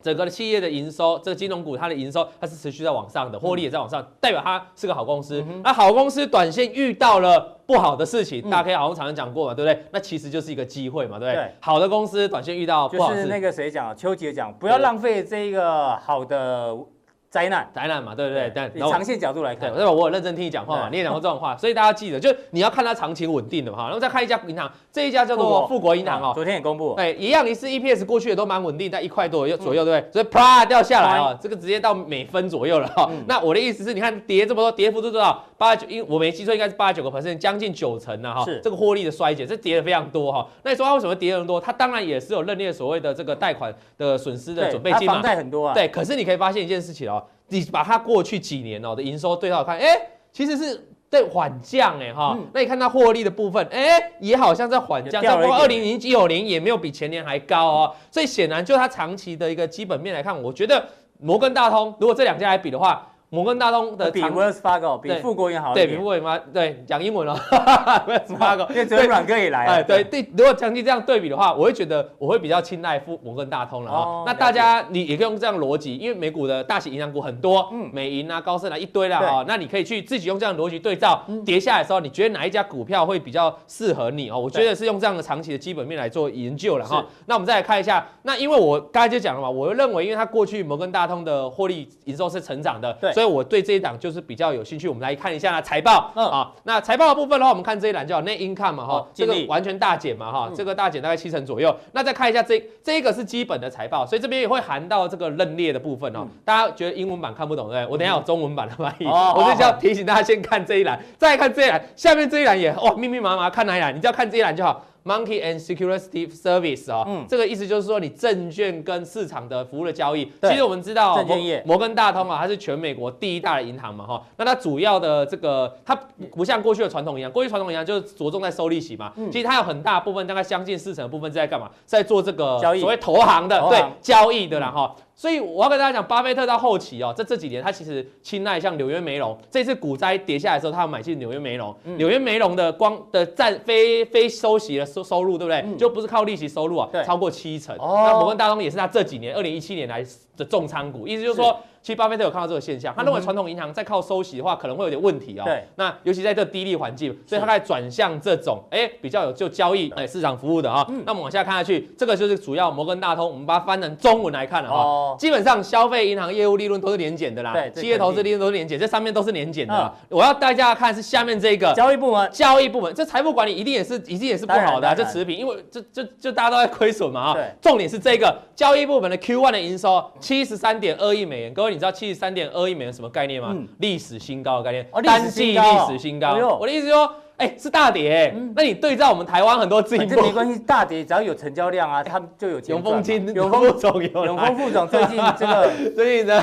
S4: 整个的企业的营收，这个金融股它的营收它是持续在往
S1: 嗯
S4: 上的，获利也在往上，代表它是个好公司。那好公司短线遇到了不好的事
S1: 嗯
S4: 情，大家可以好像常常讲过嘛，对不对？那其实就是一个机会嘛，对不对？
S1: 对
S4: 好的公司短线遇到不好
S1: 就
S4: 的事
S1: 是
S4: 情
S1: 那个谁讲啊，邱杰讲，不要浪费这一个好的灾难。
S4: 灾难嘛，对不对？但
S1: 以
S4: 然后
S1: 长线角度来
S4: 对，
S1: 看，
S4: 代表我有认真听你讲话嘛，
S1: 对
S4: 你也讲过这种话，所以大家记得，就是你要看它长期稳定的嘛。然后再看一家银行，这一家叫做富国银行哦，
S1: 昨天也公布了，
S4: 对，一样，你是 EPS 过去也都蛮稳定，在一块多右左右，对
S1: 嗯
S4: 不对？所以啪掉下来
S1: 啪
S4: 哦，这个直接到每分左右了哦。
S1: 嗯
S4: 那我的意思是，你看跌这么多，跌幅度多少？八九，因为我没记错，应该是八九个 percent，将近九成啊了哈。
S1: 是
S4: 这个获利的衰减，这跌的非常多哈。那你说它为什么跌的多？它当然也是有认列所谓的这个贷款的损失的准备
S1: 他
S4: 金嘛
S1: 房。贷很多啊，
S4: 对，可是你可以发现一件事情哦，你把它过去几年哦的营收对照看，哎，其实是。在缓降哎哈，那你看它获利的部分，哎、也好像在缓降，
S1: 嗯有掉
S4: 但
S1: 了
S4: 不过
S1: 一
S4: 二
S1: 点
S4: 零零九年也没有比前年还高哦，所以显然就它长期的一个基本面来看，我觉得摩根大通如果这两家来比的话，摩根大通的
S1: 比
S4: 长
S1: Wells Fargo 比
S4: 对
S1: 富国银行好一
S4: 对比
S1: 点
S4: 富吗？对，讲英文哦， [laughs] 不
S1: [laughs]
S4: 要八个
S1: 因为昨天软哥也来啊
S4: 哎，
S1: 了，
S4: 对对，如果长期这样对比的话，我会觉得我会比较青睐富摩根大通了哈、
S1: 哦
S4: 那大家你也可以用这样的逻辑，因为美股的大型银行股很多，
S1: 嗯
S4: 美银啊、高盛啊一堆啦
S1: 对嗯
S4: 哈、那你可以去自己用这样的逻辑对照，跌下来的时候，你觉得哪一家股票会比较适合你哦？我觉得是用这样的长期的基本面来做研究了哈、
S1: 是
S4: 那我们再来看一下，那因为我刚才就讲了嘛，我认为因为它过去摩根大通的获利营收是成长的，
S1: 对
S4: 所以。所以我对这一档就是比较有兴趣。我们来看一下财报
S1: 嗯
S4: 啊，那财报的部分的话，我们看这一栏叫 net income 嘛哦
S1: 好
S4: 哈，这个
S1: 净利
S4: 完全大减嘛
S1: 嗯
S4: 哈，这个大减大概七成左右。那再看一下这这个是基本的财报，所以这边也会含到这个认列的部分哦。大家觉得英文版看不懂对不对？我等一下有中文版的翻译，
S1: 嗯哦
S4: 我就是要提醒大家先看这一栏，再看这一栏，下面这一栏也哇密密麻麻，看哪一栏？你只要看这一栏就好。Monkey and Security Service 哦，
S1: 嗯
S4: 这个意思就是说你证券跟市场的服务的交易，
S1: 对
S4: 其实我们知道
S1: 证券业
S4: 摩摩根大通啊，它是全美国第一大的银行嘛，哈，那它主要的这个，它不像过去的传统银行，过去传统银行就是着重在收利息嘛，
S1: 嗯
S4: 其实它有很大部分，大概将近四成的部分是在干嘛，在做这个
S1: 交易
S4: 所谓投行的
S1: 投
S4: 对
S1: 行
S4: 交易的啦，哈、所以我要跟大家讲，巴菲特到后期哦，在这几年他其实青睐像纽约梅隆，这次股灾跌下来的时候，他有买进纽约梅隆。
S1: 嗯
S4: 纽、约梅隆的光的占非非收息的收收入，对不对？就不是靠利息收入啊
S1: 嗯对，
S4: 超过七成。
S1: 哦
S4: 那摩根大通也是他这几年二零一七年来的重仓股，意思就是说。其实巴菲特有看到这个现象，他认
S1: 嗯
S4: 为传统银行在靠收息的话，可能会有点问题哦。
S1: 对
S4: 那尤其在这低利环境，所以他在转向这种哎、比较有就交易哎、市场服务的啊、
S1: 嗯
S4: 那我们往下看下去，这个就是主要摩根大通，我们把它翻成中文来看了哈、
S1: 哦
S4: 基本上消费银行业务利润都是年减的啦
S1: 对，这
S4: 企业投资
S1: 肯定嗯
S4: 利润都是年减，这上面都是年减的啦、我要带大家看是下面这个。
S1: 交易部门
S4: 交易部门，这财富管理一定也是一定也是不好
S1: 当然
S4: 的、
S1: 当
S4: 啊，
S1: 然
S4: 就持平，因为就就就大家都在亏损嘛啊、
S1: 对
S4: 重点是这个交易部门的 Q1 的营收七十三点二亿美元，各位你知道七十三点二亿美元什么概念吗？历史新高的概念，
S1: 嗯哦历史
S4: 单季
S1: 新高哦
S4: 历史新高。
S1: 哎呦嗯
S4: 我的意思是说，哎，是大跌、哎那你对照我们台湾很多自
S1: 反
S4: 营
S1: 正没
S4: 部，
S1: 关系，大跌只要有成交量啊，他们就有钱
S4: [laughs] 永
S1: 赚嘛。
S4: 丰金，
S1: 永
S4: 副
S1: 丰
S4: 总有来
S1: 永丰副总最近这个
S4: [laughs] 最近呢。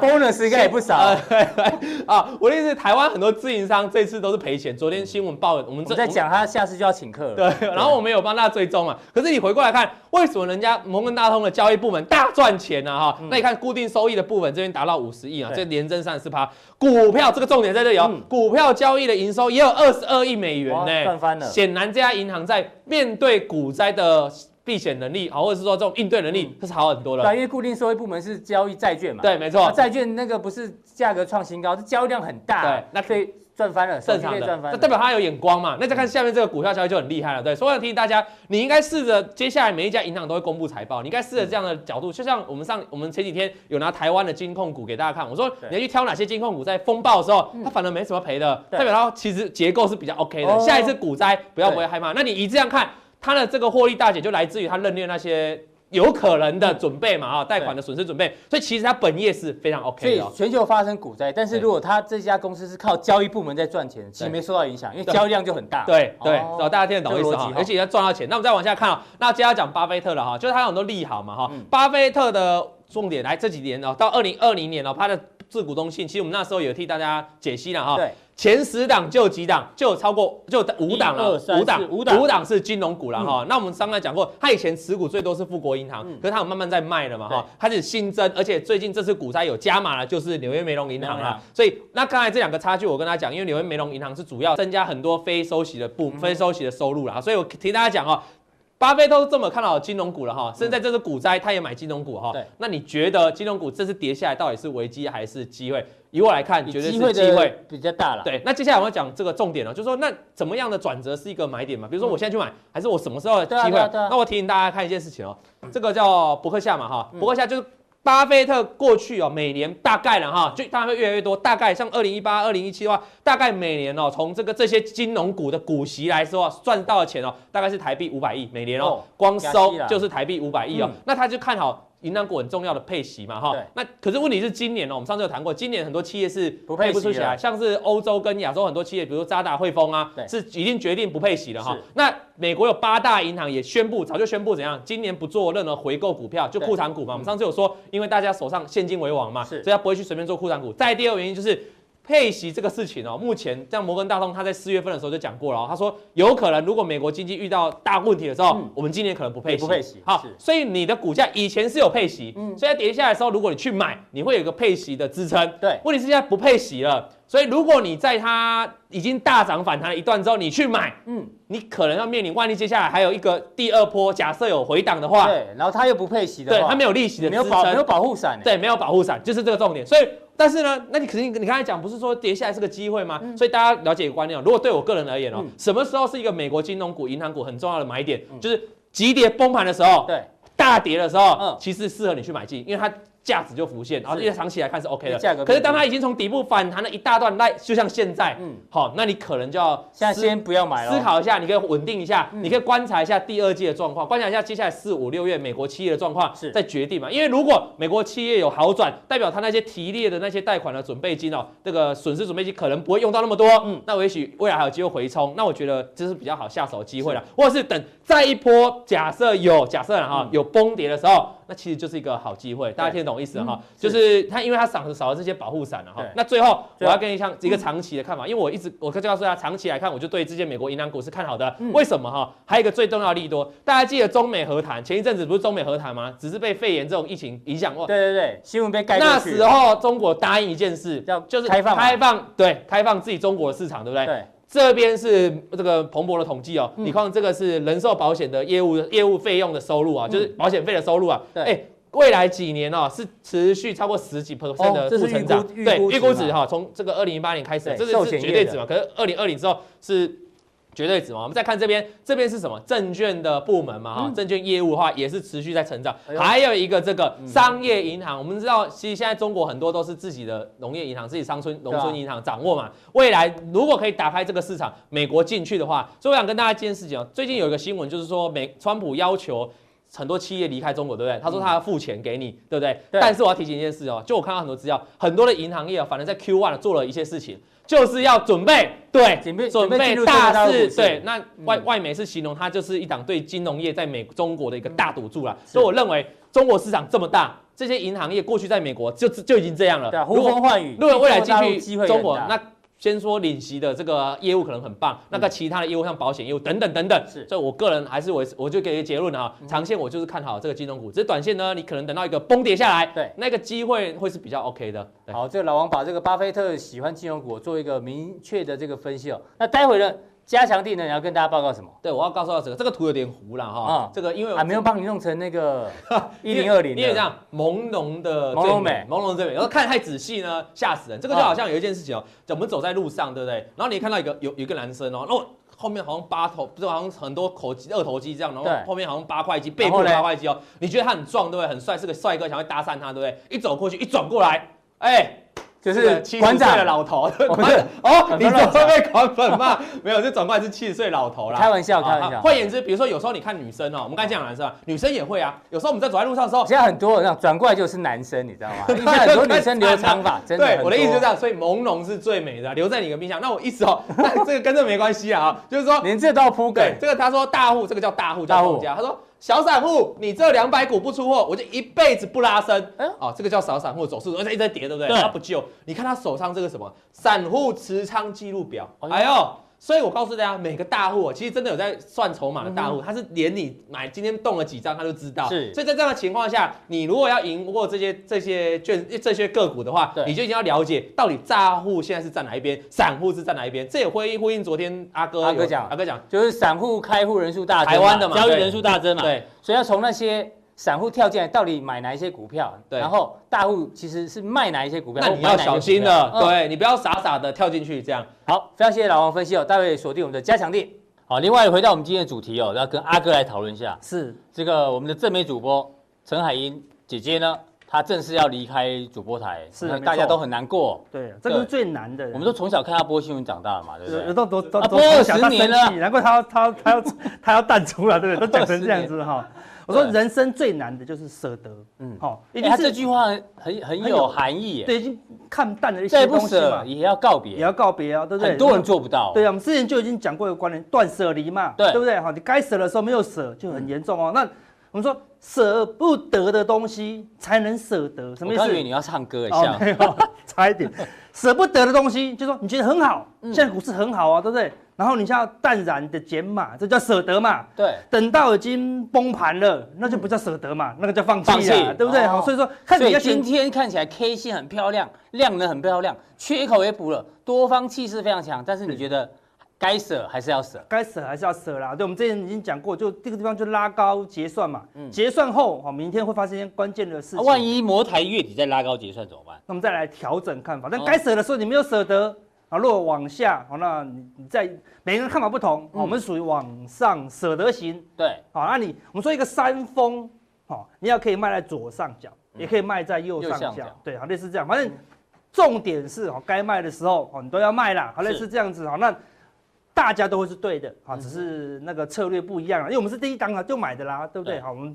S1: bonus 应该也不少，
S4: 啊 [laughs] 啊，我的意思，是，台湾很多自营商这次都是赔钱。昨天新闻报，我们
S1: 我
S4: 这
S1: 们在讲他下次就要请客了。
S4: 对， [laughs] 然后我们有帮大家追踪啊。可是你回过来看，为什么人家摩根大通的交易部门大赚钱呢、哈、那你看固定收益的部分这边达到五十亿
S1: 嗯
S4: 啊，
S1: 对嗯
S4: 这连增三十四趴。股票这个重点在这里哦，股票交易的营收也有二十二亿美元呢、
S1: 哇赚翻了
S4: 显然这家银行在面对股灾的避险能力，啊，或者是说这种应对能力，这是好很多
S1: 对啊，
S4: 了。
S1: 因为固定收益部门是交易债券嘛，
S4: 对，没错
S1: 啊，。债券那个不是价格创新高，是交易量很大，啊
S4: 对那
S1: 所以赚翻了，
S4: 正
S1: 手机
S4: 常
S1: 可以
S4: 的
S1: 赚，翻
S4: 那
S1: 了，
S4: 代表他有眼光嘛？那再看下面这个股票交易就很厉害了，对。所以我提醒大家，你应该试着接下来每一家银行都会公布财报，你应该试着这样的角度，就像我们上我们前几天有拿台湾的金控股给大家看，我说
S1: 对
S4: 你要去挑哪些金控股在风暴的时候，它反而没什么赔的，
S1: 对
S4: 代表它其实结构是比较 OK
S1: 哦
S4: 的。下一次股灾不要
S1: 对
S4: 不会害怕，那你一这样看，它的这个获利大减就来自于它认列那些。有可能的准备嘛啊，贷款的损失准备，所以其实它本业是非常
S1: 所
S4: OK
S1: 以
S4: 的哦。
S1: 全球发生股灾，但是
S4: 对
S1: 如果他这家公司是靠交易部门在赚钱，其实
S4: 对
S1: 没受到影响，因为
S4: 对
S1: 交易量就很大。
S4: 对对，
S1: 哦
S4: 哦，大家听得懂意
S1: 这
S4: 思
S1: 个逻
S4: 哈
S1: 辑，哈
S4: 而且要赚到钱。那我们再往下看啊，那接下来讲巴菲特了哈，就是他有很多利好嘛哈
S1: 嗯。
S4: 巴菲特的重点来这几年哦，到二零二零年哦，他的自股东信，其实我们那时候有替大家解析了哈。
S1: 嗯对，
S4: 前十档就有几档，就有超过就有五档
S1: 一
S4: 了
S1: 二，三四五档
S4: 五档是金融股
S1: 嗯
S4: 了哈。那我们刚才讲过，他以前持股最多是富国银行，可是他有慢慢在卖了嘛哈
S1: 对，
S4: 他是新增，而且最近这次股灾有加码了，就是纽约梅隆银行
S1: 纽约梅隆
S4: 啦。所以那刚才这两个差距，我跟大家讲，因为纽约梅隆银行是主要增加很多非收息的
S1: 嗯
S4: 部、非收息的收入啦，所以我提大家讲哦。巴菲特都这么看好金融股了哈，甚至在这次股灾，他也买金融股哈。
S1: 对，
S4: 那你觉得金融股这次跌下来到底是危机还是机会？以我来看，
S1: 以
S4: 绝对
S1: 机
S4: 是
S1: 会
S4: 机
S1: 的
S4: 会。
S1: 比较大了。
S4: 对，那接下来我要讲这个重点哦了，就是说那怎么样的转折是一个买点嘛？比如说我现在去买，还是我什么时候有机
S1: 嗯对啊
S4: 会？
S1: 对啊对嗯啊
S4: 那我提醒大家看一件事情哦，这个叫伯克夏嘛哈，
S1: 嗯
S4: 伯克夏就是。巴菲特过去哦，每年大概了哈，就当然会越来越多。大概像二零一八、二零一七的话，大概每年哦，从这个这些金融股的股息来说啊，赚到的钱哦，大概是台币五百亿每年哦
S1: 哦，
S4: 光
S1: 加
S4: 收
S1: 息啦嗯
S4: 就是台币五百亿哦。那他就看好银行股很重要的配息嘛哈
S1: 对。
S4: 那可是问题是今年哦，我们上次有谈过，今年很多企业是
S1: 不配息
S4: 不出起
S1: 了
S4: 来，啊像是欧洲跟亚洲很多企业，比如渣打、汇丰啊
S1: 对，
S4: 是已经决定不配息了哈
S1: 是。
S4: 那美国有八大银行也宣布，早就宣布怎样，今年不做任何回购股票，就
S1: 对嗯
S4: 库藏股嘛。我们上次有说，因为大家手上现金为王嘛，
S1: 是
S4: 所以他不会去随便做库藏股。再第二个原因就是。配息这个事情哦，目前像摩根大通，他在四月份的时候就讲过了、哦，他说有可能如果美国经济遇到大问题的时候，
S1: 嗯
S4: 我们今年可能不配
S1: 也
S4: 息。
S1: 不配息
S4: 好
S1: 是，
S4: 所以你的股价以前是有配息，
S1: 嗯
S4: 所以在跌下来的时候，如果你去买，你会有一个配息的支撑。
S1: 对
S4: 问题是现在不配息了，所以如果你在它已经大涨反弹了一段之后，你去买，
S1: 嗯，
S4: 你可能要面临万一接下来还有一个第二波，假设有回档的话，
S1: 对，然后他又不配息的
S4: 对，
S1: 话，
S4: 它没有利息的
S1: 没有
S4: 支
S1: 保没有
S4: 撑，
S1: 保护伞欸，
S4: 对，没有保护伞，就是这个重点。所以，但是呢，那你肯定你刚才讲不是说跌下来是个机会吗？
S1: 嗯
S4: 所以大家了解一个观念哦，如果对我个人而言哦，什么时候是一个美国金融股、银行股很重要的买
S1: 嗯
S4: 点，就是急跌崩盘的时候，
S1: 对
S4: 大跌的时候，
S1: 嗯
S4: 其实适合你去买进，因为它价值就浮现，然后
S1: 是
S4: 因为长期来看是 OK
S1: 因为价格
S4: 的。
S1: 变低
S4: 可是当它已经从底部反弹了一大段，那就像现在，
S1: 嗯
S4: 嗯，好，那你可能就要
S1: 现在
S4: 思
S1: 先不要买了，
S4: 思考一下，你可以稳定一下，
S1: 嗯
S4: 你可以观察一下第二季的状况，观察一下接下来四五六月美国企业的状况
S1: 是，
S4: 再决定嘛。因为如果美国企业有好转，代表他那些提列的那些贷款的准备金哦，这个损失准备金可能不会用到那么多，
S1: 嗯
S4: 嗯，那我也许未来还有机会回冲，那我觉得这是比较好下手的机会了，或者是等再一波假设有假设了哈、
S1: 嗯
S4: 有崩跌的时候，那其实就是一个好机会，大家听得懂意思了哈、就是它因为它少少了这些保护伞啊了哈
S1: 嗯对，
S4: 那最后我
S1: 对
S4: 要跟你讲一个长期的看法，因为我一直我就告诉大家，长期来看，我就对这些美国银行股是看好的。
S1: 嗯
S4: 为什么哈？还有一个最重要的利多，大家记得中美和谈，前一阵子不是中美和谈吗？只是被肺炎这种疫情影响过。
S1: 对对对，新闻被盖过
S4: 那
S1: 去
S4: 时候中国答应一件事
S1: 要，
S4: 就是
S1: 开放嘛
S4: 开放对开放自己中国的市场，对不对？
S1: 对
S4: 这边是这个彭博的统计哦，
S1: 嗯
S4: 你看这个是人寿保险的业务业务费用的收入啊，就是保险费的收入啊。
S1: 嗯对
S4: 哎，未来几年哦是持续超过十几 percent
S1: 哦
S4: 的
S1: 这是
S4: 负成长，
S1: 预估
S4: 对
S1: 预估值
S4: 预估
S1: 嘛
S4: 值哈，从这个二零一八年开始，啊
S1: 对
S4: 这
S1: 寿
S4: 个
S1: 险
S4: 是
S1: 业
S4: 绝对值嘛，可是二零二零之后是。绝对值嘛，我们再看这边，这边是什么？证券的部门嘛，哈、证券业务的话也是持续在成长。
S1: 嗯哎呦嗯
S4: 还有一个这个商业银行，我们知道，其实现在中国很多都是自己的农业银行、自己商村、
S1: 啊
S4: 农村银行掌握嘛。未来如果可以打开这个市场，美国进去的话，所以我想跟大家一件事情哦，最近有一个新闻就是说，美川普要求。很多企业离开中国，对不对？他说他要付钱给你，对不对？
S1: 嗯对
S4: 但是我要提醒一件事哦，就我看到很多资料，很多的银行业、哦、反正在 Q one 做了一些事情，就是要准备对
S1: 准备
S4: 准
S1: 准备进
S4: 备
S1: 入中国大
S4: 大
S1: 陆股
S4: 事
S1: 市嗯
S4: 对。那外、外媒是形容它就是一档对金融业在美中国的一个大赌注啦。
S1: 是
S4: 所以我认为中国市场这么大，这些银行业过去在美国就就已经这样了。
S1: 对啊，
S4: 如
S1: 呼
S4: 果
S1: 风唤雨，
S4: 如果未来
S1: 中国大陆
S4: 进
S1: 机
S4: 去
S1: 会也
S4: 中国
S1: 很大，
S4: 那。先说领息的这个业务可能很棒，那个其他的业务像保险业务等等等等，
S1: 嗯是嗯
S4: 所以我个人还是我我就给一个结论啊，长线我就是看好这个金融股，只是短线呢，你可能等到一个崩跌下来，
S1: 对
S4: 那个机会会是比较 OK 的。对
S1: 好，这个老王把这个巴菲特喜欢金融股做一个明确的这个分析哦。那待会呢，加强地呢，你要跟大家报告什么？
S4: 对，我要告诉到这个这个图有点糊了
S1: 啊
S4: 哈，这个因为
S1: 啊，没有帮你弄成那
S4: [laughs]
S1: 个一零二零，
S4: 因为这样朦胧的
S1: 朦
S4: 最
S1: 胧美啊
S4: 朦胧的最美。然后看太仔细呢，吓死人。这个就好像有一件事情哦，我们走在路上，对不对？然后你看到一个有有一个男生哦，然后后面好像八头，不是好像很多口鸡二头肌这样，然后
S1: 对
S4: 后面好像八块肌，背
S1: 然后
S4: 部
S1: 嘞
S4: 八块肌哦。你觉得他很壮，对不对？很帅，是个帅哥，想要搭讪他，对不对？一走过去，一转过来，哎，
S1: 就
S4: 这
S1: 是
S4: 个70
S1: 馆
S4: 岁的
S1: 长，
S4: 老头，对
S1: 不
S4: 不
S1: 是
S4: 是？哦，
S1: 不
S4: 你
S1: 要
S4: 怎
S1: 乱
S4: 么会被狂粉骂？ [laughs] 没有，这转过来是七十岁老头啦。
S1: 开玩笑，开玩
S4: 啊
S1: 笑。
S4: 换言之，比如说有时候你看女生哦，我们刚才讲男生啊，女生也会啊。有时候我们在走在路上的时候，
S1: 现在很多那种转过来就是男生，你知道
S4: [laughs]
S1: 吗？现在很多女生留长发，真的很
S4: 对，
S1: 多。
S4: 我的意思就这样，所以朦胧是最美的，留在你的冰箱。那我意思哦，那这个跟这没关系啊啊，就是说，
S1: 连这都要铺梗
S4: 对，这个他说大户，这个叫大户，
S1: 大
S4: 叫
S1: 户
S4: 庄家。他说小散户，你这两百股不出货，我就一辈子不拉升。
S1: 哎
S4: 哦，这个叫小散户走势，而且一直在跌，对不对？
S1: 对
S4: 他不救。你看他手上这个什么散户持仓记录表，
S1: 哎呦
S4: 哎呦。所以我告诉大家，每个大户哦其实真的有在算筹码的大户，他是连你买今天动了几张，他就知道。
S1: 嗯是
S4: 所以在这样的情况下，你如果要赢过这些这些券这些个股的话
S1: 对，
S4: 你就一定要了解到底大户现在是站哪一边，散户是站哪一边。这也会呼应昨天阿哥
S1: 阿哥
S4: 有
S1: 讲
S4: 阿哥讲
S1: 就是散户开户人数大增嘛，
S4: 台湾的嘛
S1: 交易
S4: 对
S1: 人数大增嘛，
S4: 对，
S1: 所以要从那些散户跳进来，到底买哪一些股票，
S4: 对
S1: 然后大户其实是卖哪一些股票，
S4: 那你要小心
S1: 了
S4: 了，。对你不要傻傻的跳进去这样。
S1: 好，非常谢谢老王分析哦，待会锁定我们的加强店。好，另外回到我们今天的主题哦，要跟阿哥来讨论一下，
S2: 是
S1: 这个我们的正美主播陈海英姐姐呢，她正式要离开主播台，
S2: 是
S1: 那
S2: 没错
S1: 大家都很难过哦、
S2: 对，啊这个是最难的。
S1: 我们都从小看她播新闻长大嘛，对不
S2: 有
S1: 对
S2: 有？都都都
S1: 啊
S2: 都
S1: 播了
S2: 从小到
S1: 10年
S2: 生气
S1: 了
S2: 难怪他要他要他
S1: [laughs]
S2: 要他要淡出了，对不对？都讲成这样子哈。我说
S1: 对啊
S2: 人生最难的就是舍得，
S1: 嗯
S2: 嗯，好，一
S1: 哎
S2: 定
S1: 她这
S2: 是
S1: 句话很很
S2: 很
S1: 有
S2: 有
S1: 含义耶，
S2: 对已经看淡了一
S1: 再
S2: 些
S1: 不
S2: 东西
S1: 舍
S2: 嘛，
S1: 也要告
S2: 也
S1: 别，
S2: 要告别啊，对不对？
S1: 很多人做不到。
S2: 对啊，我们之前就已经讲过一个观念，断舍离嘛，
S1: 对嗯
S2: 不对？哈，你该舍的时候没有舍，就很严重哦。那我们说舍不得的东西才能舍得，什么意
S1: 我刚以为
S2: 思？
S1: 你要唱歌一
S2: 哦
S1: 下，，
S2: 没有， [laughs] 差一点，舍不得的东西，就说你觉得很好，
S1: 嗯
S2: 现在股市很好啊，对不对？然后你现在要淡然的减码，这叫舍得嘛。
S1: 对，
S2: 等到已经崩盘了，那就不叫舍得嘛，那个叫放
S1: 放
S2: 弃
S1: 弃
S2: 啊，对不对？
S1: 哦
S2: 好，所以说看
S1: 所
S2: 你
S1: 以
S2: 要
S1: 今
S2: 选
S1: 天看起来 K 线很漂亮，量能很漂亮，缺口也补了，多方气势非常强。但是你觉得该舍还是要舍？
S2: 该舍还是要舍啦。对，我们之前已经讲过，就这个地方就拉高结算嘛。
S1: 嗯
S2: 结算后，哦，明天会发生一件关键的事
S1: 啊
S2: 情。
S1: 万一摩台月底再拉高结算怎么办？
S2: 那我们再来调整看法。但
S1: 哦
S2: 该舍的时候你没有舍得，啊，如果往下，好，那你你再每个人看法不同，
S1: 嗯
S2: 我们属于往上舍得型。
S1: 对，
S2: 好，那你我们说一个山峰，好，你要可以卖在左上角，也可以卖在
S1: 嗯
S2: 右
S1: 右
S2: 上
S1: 上
S2: 角
S1: 角，
S2: 对，好，类似这样，反正重点是哦，该卖的时候哦，你都要卖啦，好，类
S1: 是
S2: 似这样子，好，那大家都会是对的啊，
S1: 嗯
S2: 只是那个策略不一样了，因为我们是第一档啊，就买的啦，对不对？
S1: 对
S2: 好，我们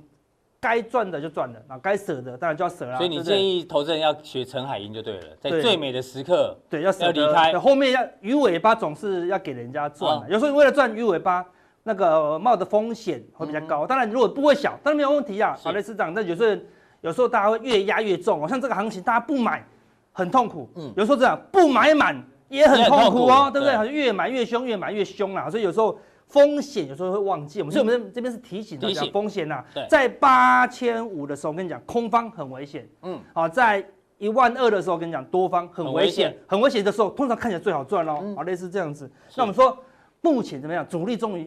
S2: 该赚的就赚了，啊，该舍的当然就要舍啦，
S1: 所以你
S2: 对不对
S1: 建议投资人要学陈海英就对了，在
S2: 对
S1: 最美的时刻，
S2: 对，要舍得
S1: 要离开
S2: 对后面要鱼尾巴总是要给人家赚的、
S1: 哦
S2: 有时候你为了赚鱼尾巴，那个呃冒的风险会比较高。当然，如果部位小，当然没有问题啊，
S1: 嗯是
S2: 好类似这样。但有时候有时候大家会越压越重、哦，像这个行情大家不买很痛苦，
S1: 嗯
S2: 有时候这样不买满也很
S1: 也很
S2: 痛
S1: 痛
S2: 苦
S1: 苦
S2: 哦，对不对？
S1: 对
S2: 好像越买越凶，越买越凶啊啦，所以有时候。风险有时候会忘记我们，所以我们这边是提醒大
S1: 提
S2: 家
S1: 醒
S2: 风险呐、
S1: 对
S2: 在八千五的时候，我跟你讲，空方很危险，
S1: 嗯
S2: 嗯，好、在一万二的时候，跟你讲，多方很
S1: 很危
S2: 危
S1: 险嗯
S2: 险，很危险的时候，通常看起来最好赚哦，好，类似这样子。那我们说，目前怎么样？主力终于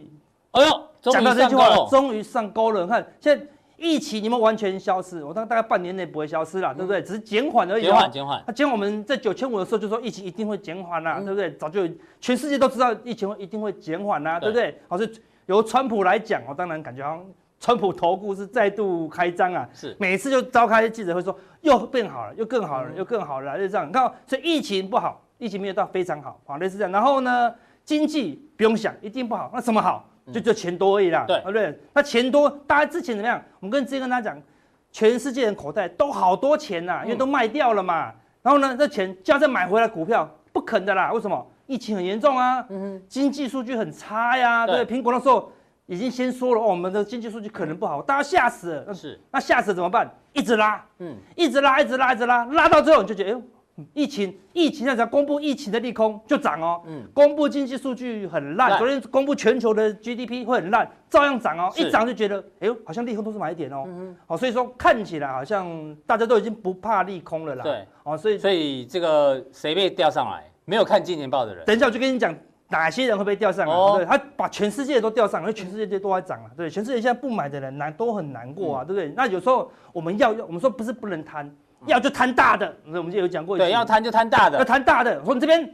S1: 哎呦，终
S2: 讲
S1: 于
S2: 到这
S1: 上
S2: 句
S1: 钩
S2: 话了，
S1: 了，
S2: 终于上钩了。你看现在疫情有没有完全消失？我当大概半年内不会消失啦，对不对？只是减缓而已、
S1: 嗯
S2: 哦。
S1: 减缓减缓，
S2: 那今天我们在九千五的时候就说疫情一定会减缓
S1: 嗯
S2: 啦，对不对？早就全世界都知道疫情会一定会减缓啦，
S1: 对
S2: 对不对？好，所以由川普来讲，哦，当然感觉好像川普投顾是再度开张啊，
S1: 是嗯
S2: 每次就召开记者会说又变好了，又更好了，又更好了，就这样。你看哦，所以疫情不好，疫情没有到非常好，好类似这样。然后呢，经济不用想，一定不好，那什么好？就就钱多而已啦，
S1: 嗯对
S2: 不对？那钱多，大家之前怎么样？我们跟之前跟大家讲，全世界人口袋都好多钱
S1: 嗯
S2: 呐、因为都卖掉了嘛。然后呢，这钱就要再买回来股票，不肯的啦。为什么？疫情很严重啊，经济数据很差呀、
S1: 嗯对
S2: 对，苹果那时候已经先说了，哦，我们的经济数据可能不好，大家吓死了。那
S1: 是，
S2: 那吓死了怎么办？一直拉，
S1: 嗯，
S2: 一直拉，一直拉，一直拉，拉到最后你就觉得，哎呦，嗯疫情，疫情那只要公布疫情的利空就涨哦，
S1: 嗯
S2: 公布经济数据很烂，
S1: 烂
S2: 昨天公布全球的 GDP 会很烂，照样涨哦，
S1: 是嗯
S2: 一涨就觉得，哎呦，好像利空都是买点哦，好，所以说看起来好像大家都已经不怕利空了啦，
S1: 对，
S2: 哦，所以
S1: 所以这个谁被调上来？没有看金钱豹的人，
S2: 等一下我就跟你讲。哪些人会被调上来？
S1: 哦嗯
S2: 对，他把全世界都调上来，因为全世界都在涨啊。对，全世界现在不买的人难都很难过啊，
S1: 嗯
S2: 对不对？那有时候我们要，我们说不是不能贪，要就贪大的。我们就有讲过一次，
S1: 对，要贪就贪大
S2: 要
S1: 的，
S2: 谈大的，我说你这边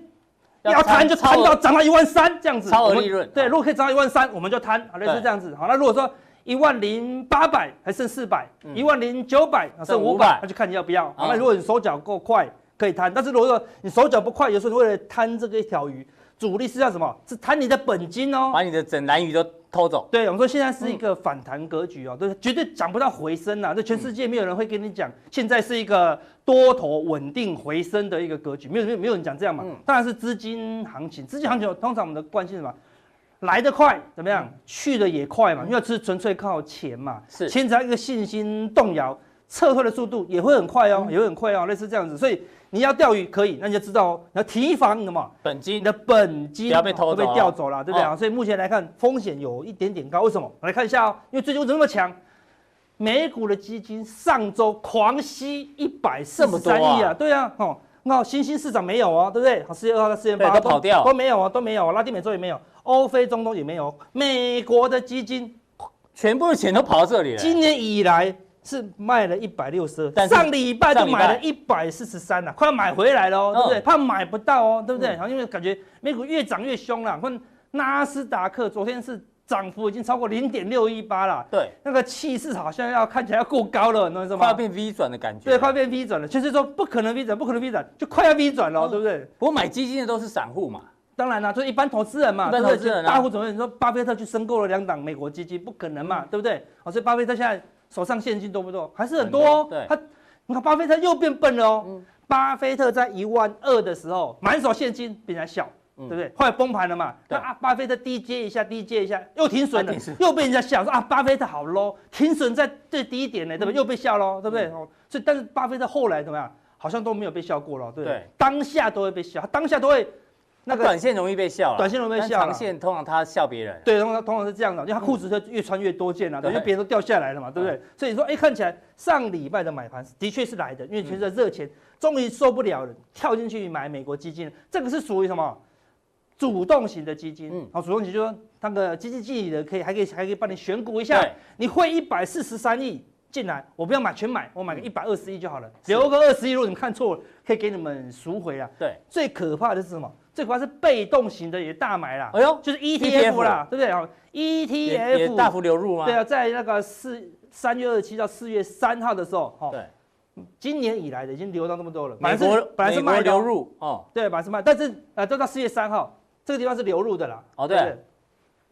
S1: 要
S2: 要
S1: 摊
S2: 谈就谈
S1: 超额
S2: 到涨到一万三这样子，
S1: 超额
S2: 我们
S1: 利润
S2: 对，
S1: 啊
S2: 如果可以涨到一万三，我们就谈，好类似
S1: 对
S2: 这样子。好，那如果说一万零八百还剩四百，一万零九百
S1: 嗯
S2: 啊
S1: 剩
S2: 剩五
S1: 500
S2: 百，那就看你要不要。好，那
S1: 嗯
S2: 如果你手脚够快，可以摊；但是如果说你手脚不快，有时候你为了贪这个一条鱼，主力是要什么？是贪你的本金哦。
S1: 把你的整蓝鱼都偷走，
S2: 对，我们说现在是一个反弹格局哦，对，绝对讲不到回升啊呐、这全世界没有人会跟你讲，现在是一个多头稳定回升的一个格局，没有没有没有人讲这样嘛。当然是资金行情，资金行情通常我们的惯性是什么？来得快怎么样？去的也快嘛，因为这是纯粹靠钱嘛。
S1: 是
S2: 钱只要一个信心动摇，撤退的速度也会很快哦，也会很快哦，类似这样子。所以你要钓鱼可以，那你就知道哦，你要提防什么？
S1: 本
S2: 你
S1: 金
S2: 的本金哦
S1: 不要被偷走
S2: 会被调走了，对不对
S1: 哦
S2: 啊？所以目前来看，风险有一点点高。为什么？我来看一下哦，因为最近为什么那么强？美股的基金上周狂吸一百四
S1: 这么
S2: 十
S1: 多
S2: 三
S1: 啊
S2: 亿啊，对啊，哦，那新兴市场没有哦，对不对？好，四月二号到四月八
S1: 对都跑掉
S2: 都没有哦，都没有哦，拉丁美洲也没有，欧非中东也没有哦，美国的基金
S1: 全部的钱都跑到这里了，
S2: 今年以来是卖了一百六十
S1: 但
S2: 二，
S1: 是
S2: 上礼拜就买
S1: 上
S2: 了一百四十三啊了，快要买回来了哦，对不对？
S1: 嗯
S2: 怕买不到哦，对不对？然后因为感觉美股越涨越凶了，看纳斯达克昨天是涨幅已经超过零点六一八了，
S1: 对，
S2: 那个气势好像要看起来要过高了，你懂我意思
S1: 快要
S2: 吗？
S1: 变 V 转的感觉，
S2: 对，快要。变 V 转了，就是说不可能 V 转，不可能 V 转，就快要 V 转了，
S1: 嗯
S2: 对不对？
S1: 我买基金的都是散户嘛，
S2: 当然啦，就是一般投资人嘛，
S1: 一般
S2: 对不对
S1: 投资人啊
S2: 大户总会说巴菲特去申购了两档美国基金，不可能
S1: 嗯
S2: 嘛，对不对？好，所以巴菲特现在手上现金多不多？还是很多哦。
S1: 很多对嗯
S2: 他你看巴菲特又变笨了哦。巴菲特在一万二的时候，满手现金比人家小。对不对？后来崩盘了嘛？
S1: 嗯对
S2: 那啊，巴菲特低接一下，低接一下，又停损
S1: 啊
S2: 了
S1: 停损，
S2: 又被人家笑说啊，巴菲特好 low，停损在最低点呢，
S1: 嗯
S2: 对不对？又被笑喽，对不对？哦，所以但是巴菲特后来怎么样？好像都没有被笑过了，对不对
S1: 对？
S2: 当下都会被笑，他当下都会
S1: 那
S2: 那个
S1: 短线容易被笑啦，啊
S2: 短线容易被
S1: 但
S2: 笑啊啦
S1: 长线通常他笑别人，
S2: 对，通常通常是这样的，因为他裤子就越穿越多件啊，
S1: 对嗯
S2: 对，因为别人都掉下来了嘛，对不对？所以说，哎，看起来上礼拜的买盘的确是来的，因为全是热钱终于受不了了，跳进去买美国基金，这个是属于什么？主动型的基金
S1: 嗯，
S2: 好，主动型就说那个基金经理人可以还可以还可以帮你选股一下
S1: 对，
S2: 你汇一百四十三亿进来，我不要买全买，我买
S1: 嗯
S2: 个一百二十亿就好了，留个二十亿，如果你们看错了，可以给你们赎回啊。
S1: 对，
S2: 最可怕的是什么？最可怕是被动型的也大买啦，
S1: 哎呦，
S2: 就是
S1: ETF
S2: ETF 啦，对不对？哦
S1: 也也大啊
S2: ，ETF
S1: 幅流入吗？
S2: 对啊，在那个四三月二十七到四月三号的时候，哈、
S1: 对，
S2: 今年以来的已经流到那么多了，
S1: 美
S2: 本来
S1: 国
S2: 是本来是
S1: 美国
S2: 卖的
S1: 流
S2: 哦，
S1: 入哦，
S2: 对，本来是卖，但是呃，都到四月三号，这个地方是流入的啦。
S1: 哦
S2: 对不
S1: 对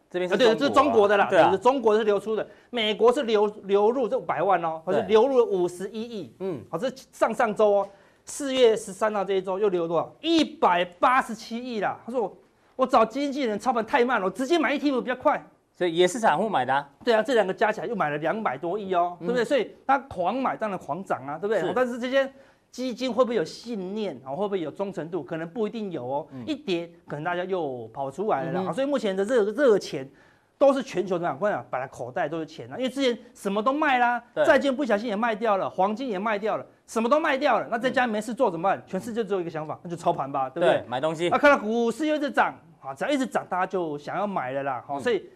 S1: 这边
S2: 啊，
S1: 是
S2: 对，这是中国的啦，
S1: 对啊
S2: 就是，中国是流出的，美国是流流入这五百万哦，它是
S1: 对
S2: 流入了五十一亿，
S1: 嗯，
S2: 好，这上上周哦，四月十三号这一周又流多少？一百八十七亿啦。他说我我找经纪人操盘太慢了，我直接买 ETF 比较快。
S1: 所以也是散户买的啊，
S2: 对啊，这两个加起来又买了两百多亿哦，对不对？所以他狂买，当然狂涨啊，对不对？
S1: 嗯是
S2: 哦但是这些基金会不会有信念啊、哦？会不会有忠诚度？可能不一定有哦。一跌，可能大家又跑出来了啦。
S1: 嗯嗯哼
S2: 哦所以目前的热热钱。都是全球的板块啊，本来口袋都是钱啊，因为之前什么都卖啦
S1: 对，
S2: 债券不小心也卖掉了，黄金也卖掉了，什么都卖掉了，那在家
S1: 嗯
S2: 没事做怎么办？全世界只有一个想法，那就操盘吧，对不对？
S1: 买东西
S2: 啊，，看到股市又一直涨，啊，只要一直涨，大家就想要买了啦，好、
S1: 嗯
S2: 所以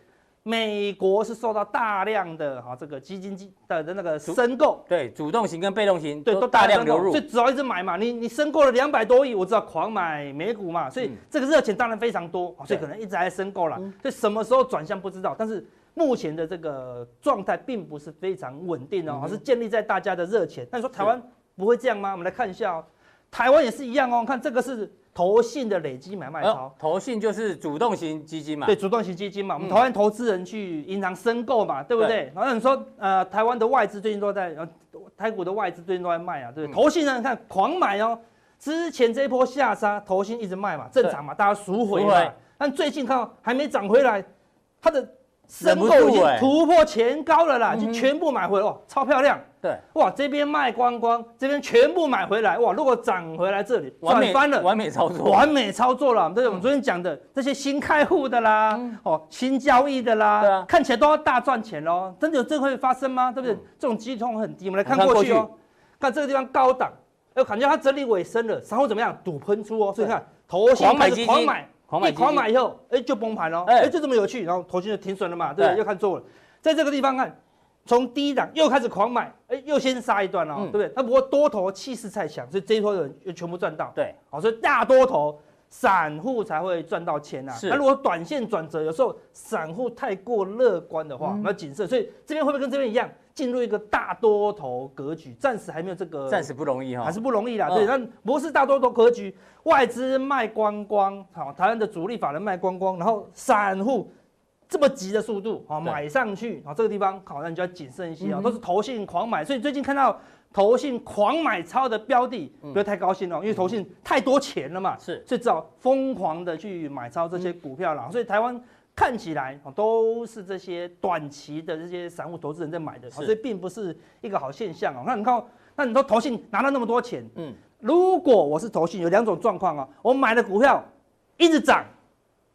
S2: 美国是受到大量的哈、这个基金基的的那个申购，
S1: 对，主动型跟被动型
S2: 对，
S1: 都大量
S2: 申购
S1: 流入
S2: 所，以只要一直买嘛，你你申购了两百多亿，我只好狂买美股嘛，所以
S1: 嗯
S2: 这个热钱当然非常多，啊所以
S1: 对嗯
S2: 可能一直还在申购啦，所以什么时候转向不知道，但是。目前的这个状态并不是非常稳定
S1: 嗯
S2: 哦，是建立在大家的热钱。那你说台湾不会这样吗？我们来看一下哦，台湾也是一样哦。看这个是投信的累积买卖
S1: 哎
S2: 超
S1: 呦，，投信就是主动型基金嘛，
S2: 对，主动型基金嘛，我
S1: 嗯
S2: 们台湾投资人去银行申购嘛，对不对？然后你说，呃，台湾的外资最近都在，呃，台股的外资最近都在卖啊，
S1: 嗯
S2: 对不对？投信呢，你看狂买哦，之前这一波下杀，投信一直卖嘛，正常嘛，大家赎回
S1: 赎回
S2: 嘛。但最近看到还没涨回来，它的申
S1: 忍不
S2: 购已
S1: 住
S2: 经
S1: 欸嗯
S2: 突破前高了啦，就全部买回来，哦，超漂亮。
S1: 对，
S2: 哇，这边卖光光，这边全部买回来，哇，如果涨回来这里，
S1: 完
S2: 赚
S1: 美
S2: 翻了，
S1: 完美操作，
S2: [laughs] 完美操作了，对，我们昨天讲的这些新开户的啦，哦，新交易的
S1: 嗯对
S2: 啦
S1: 啊，嗯
S2: 看起来都要大赚钱喽，真的有这会发生吗？对不对？这种机痛很低，我们来看
S1: 我们
S2: 过
S1: 看
S2: 去
S1: 过
S2: 哦，看这个地方高档，哎，感觉它整理尾声了，然后怎么样？赌喷出哦，所以看头先
S1: 狂买
S2: 开
S1: 基金
S2: 始狂买，
S1: 狂买
S2: 一
S1: 基
S2: 狂
S1: 金
S2: 买以后，哎，就崩盘喽，
S1: 哎
S2: 哎，就这么有趣，然后头先就停损了嘛，对不对？
S1: 对
S2: 又看错了，在这个地方看。从低档又开始狂买，哎，又先杀一段哦，
S1: 嗯
S2: 对不对？那不过多头气势太强，所以这一波的人就全部赚到。
S1: 对，
S2: 好，所以大多头散户才会赚到钱啊。
S1: 是
S2: 那如果短线转折，有时候散户太过乐观的话，那谨慎。所以这边会不会跟这边一样，进入一个大多头格局？暂时还没有这个，
S1: 暂时不容易哈
S2: 还，是不容易啦。
S1: 嗯
S2: 对，那模式大多头格局，外资卖光光，好，台湾的主力法人卖光光，然后散户。这么急的速度啊，
S1: 对嗯
S2: 买上去啊，这个地方好，那你就要谨慎一些啊，都是投信狂买，所以最近看到投信狂买超的标的，不要太高兴哦，因为投信太多钱了嘛，
S1: 嗯是嗯
S2: 所以只好疯狂的去买超这些股票啦。所以台湾看起来哦都是这些短期的这些散户投资人在买的，哦
S1: 是
S2: 所以并不是一个好现象哦。那你看哦，那你说投信拿到那么多钱，
S1: 嗯，
S2: 如果我是投信，有两种状况啊，我买的股票一直涨。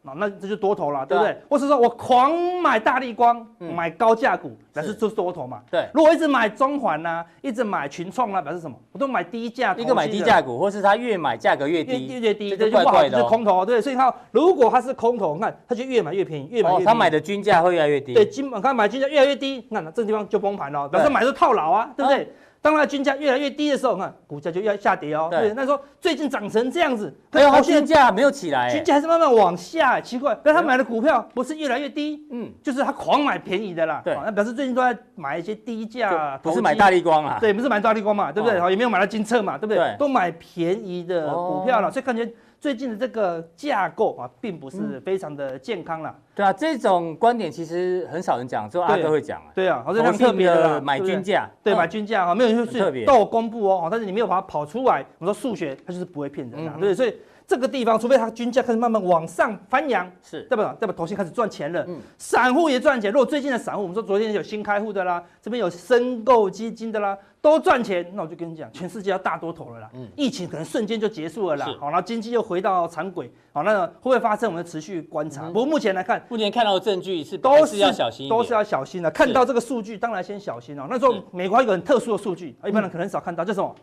S2: 啊，那这就多头了，对不对？或是说我狂买大力光，
S1: 啊嗯
S2: 买高价股，表示
S1: 是
S2: 就是多头嘛。
S1: 对，
S2: 如果一直买中环呐、一直买群创啦、表示什么？我都买低价，
S1: 一个买低
S2: 投信的
S1: 价股，或是它越买价格越
S2: 越
S1: 低，
S2: 越越低，
S1: 这
S2: 对，
S1: 就
S2: 就
S1: 怪
S2: 不好，
S1: 怪
S2: 就
S1: 的
S2: 是
S1: 哦。
S2: 空头，对，所以它如果它是空头，你看它就越买越便宜，越买越
S1: 哦
S2: 便宜。，
S1: 他买的均价会越来越低。
S2: 对，金本看买均价越来越低，那这个地方就崩盘了，表示
S1: 嗯对
S2: 买是套牢啊，对不对？当它的均价越来越低的时候，那股价就越下跌哦。
S1: 对
S2: 对，那说最近涨成这样子，
S1: 哎呦，
S2: 它
S1: 它
S2: 现
S1: 均
S2: 在
S1: 价没有起来
S2: 均
S1: 欸，
S2: 价还是慢慢往下，奇怪，但他买的股票不是越来越低，
S1: 嗯，
S2: 就是他狂买便宜的啦。
S1: 对
S2: 好那表示最近都在买一些低价，
S1: 就不是买大
S2: 力。
S1: 力光啊，
S2: 对，不是买大力光嘛，对不对？
S1: 哦
S2: 好，也没有买到金策嘛，对不对
S1: 对？
S2: 都买便宜的股票了，所以感觉最近的这个架构啊，并不
S1: 嗯
S2: 是非常的健康了。
S1: 对啊，这种观点其实很少人讲，只有阿
S2: 对
S1: 哥会讲啊。
S2: 对啊，好像
S1: 投
S2: 很特
S1: 信
S2: 别的啦
S1: 的买
S2: 对不对
S1: 均价，
S2: 对，
S1: 嗯
S2: 买均价哈，没有人
S1: 很特
S2: 去
S1: 别
S2: 都有公布哦，但是你没有把它跑出来。我们说数学它就是不会骗人啊，
S1: 嗯
S2: 对，所以这个地方，除非它均价开始慢慢往上翻扬，
S1: 是
S2: 代表代表投信开始赚钱了
S1: 嗯，
S2: 散户也赚钱。如果最近的散户，我们说昨天有新开户的啦，这边有申购基金的啦，都赚钱，那我就跟你讲，全世界要大多头了啦，疫情可能瞬间就结束了啦
S1: 嗯
S2: 哦
S1: 是，
S2: 好，然后经济又回到常轨，好，那会不会发生？我们持续观
S1: 嗯
S2: 察。不过目前来看，
S1: 目前看到的证据是
S2: 都
S1: 还是
S2: 是
S1: 要小心一点，
S2: 都是要小心的。看到这个数据，当然先小心哦。那时候
S1: 是嗯
S2: 美国有一个很特殊的数据，一般人可能很少看到，叫什么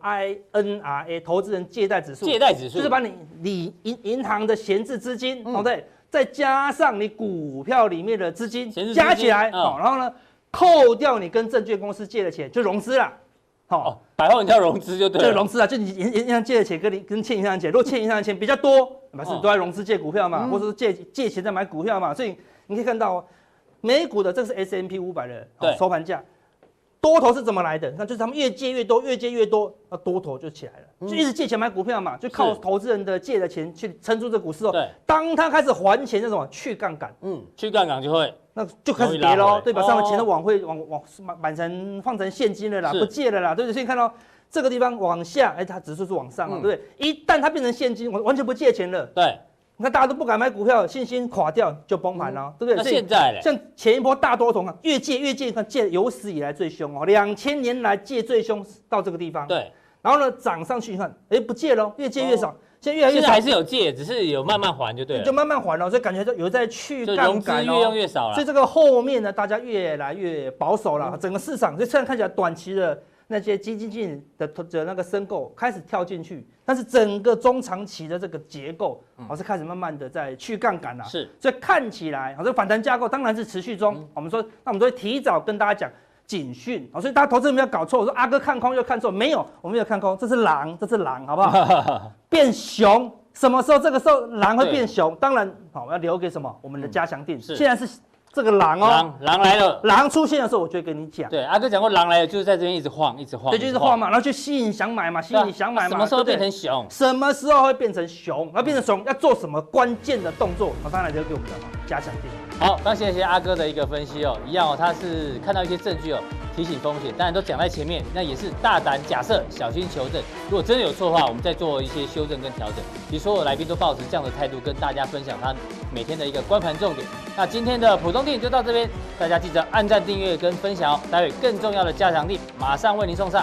S2: ？FINRA 投资人借贷指数，
S1: 借贷指数嗯
S2: 就是把你你银银行的闲置资金，哦对，再加上你股票里面的资金
S1: 闲置资金
S2: 加起来，
S1: 嗯
S2: 哦，然后呢，扣掉你跟证券公司借的钱，就融资了。好
S1: 哦，，百万人要融资就对
S2: 这个
S1: 了，
S2: 融资啊，就你银银行借的钱跟你跟欠银行的钱，如果欠银行的钱比较多，
S1: 哦
S2: 表示你都在融资借股票嘛，
S1: 嗯
S2: 或者是借借钱在买股啊票嘛，所以你可以看到哦，美股的这个是 S M P 五百的哦
S1: 对
S2: 收盘价，多头是怎么来的？那就是他们越借越多，越借越多，那多头就起来
S1: 嗯
S2: 了，就一直借钱买股票嘛，就靠投资人的借的钱去撑住这股市哦。
S1: 对，
S2: 当他开始还钱，那什么去杠杆，
S5: 嗯，
S1: 去杠杆就会
S2: 那就开始
S1: 容
S2: 跌
S1: 易拉回
S2: 喽
S1: 来，
S2: 对吧？
S1: 哦
S2: 上面钱都往汇往往满满成换成现金了啦，
S1: 是
S2: 不借了啦，对不对？所以你看到这个地方往下，哎，它指数是往上嘛，
S5: 嗯
S2: 对不对？一旦它变成现金，完完全不借钱了，
S1: 对。
S2: 你看大家都不敢买股票，信心垮掉就崩盘了，对
S1: 嗯
S2: 不
S1: 那
S2: 对？所
S1: 现
S2: 以
S1: 在嘞，
S2: 像前一波大多头啊，越借越借，你看借有史以来最凶哦，两千年来借最凶到这个地方，。
S1: 对，哦
S2: 然后呢，涨上去你看，哎，不借喽，越借越少，现在越来越
S1: 现在
S2: 少
S1: 还，是有借，只是有慢慢还就对
S2: 就
S1: 了，
S2: 慢慢还了，所以感觉有在去
S1: 就
S2: 杠
S1: 融资
S2: 杆
S1: 越
S2: 哦
S1: 用越少了
S2: 所以。这个后面呢，大家越来越保守了，整个市场，所以虽然看起来短期的那些基金经理的投的那个申购开始跳进去，但是整个中长期的这个结构，好、是开始慢慢的在去杠杆了。
S1: 是，
S2: 所以看起来，哦好，这个反弹架构当然是持续中。我们说，那我们都会提早跟大家讲警讯，好，所以大家投资人不要搞错。我说阿啊哥看空又看错，没有，我没有看空，这是狼，这是狼，好不好？ [laughs] 变熊，什么时候这个时候狼会变熊？当然，好，要留给什么？我们的加强定。
S1: 是
S2: 现在嗯是这个狼哦，
S1: 狼狼来了，
S2: 狼出现的时候，我就会跟你讲。
S1: 对，阿哥讲过，狼来了就是在这边一直晃，一直晃，
S2: 对，就是晃嘛，然后就吸引想买嘛，吸
S1: 对啊，
S2: 引想买嘛，
S1: 什么时候
S2: 对
S1: 变
S2: 不对
S1: 成熊？
S2: 什么时候会变成熊？然后变成熊要做什么关键的动作？哦好，当然留给我们的加强定。
S1: 好，那谢谢阿哥的一个分析哦，一样哦，他是看到一些证据哦，提醒风险，当然都讲在前面，那也是大胆假设，小心求证。如果真的有错的话，我们再做一些修正跟调整。其实所有来宾都抱持这样的态度跟大家分享他每天的一个观盘重点。那今天的普通电影就到这边，大家记得按赞、订阅跟分享哦。待会更重要的加强力马上为您送上。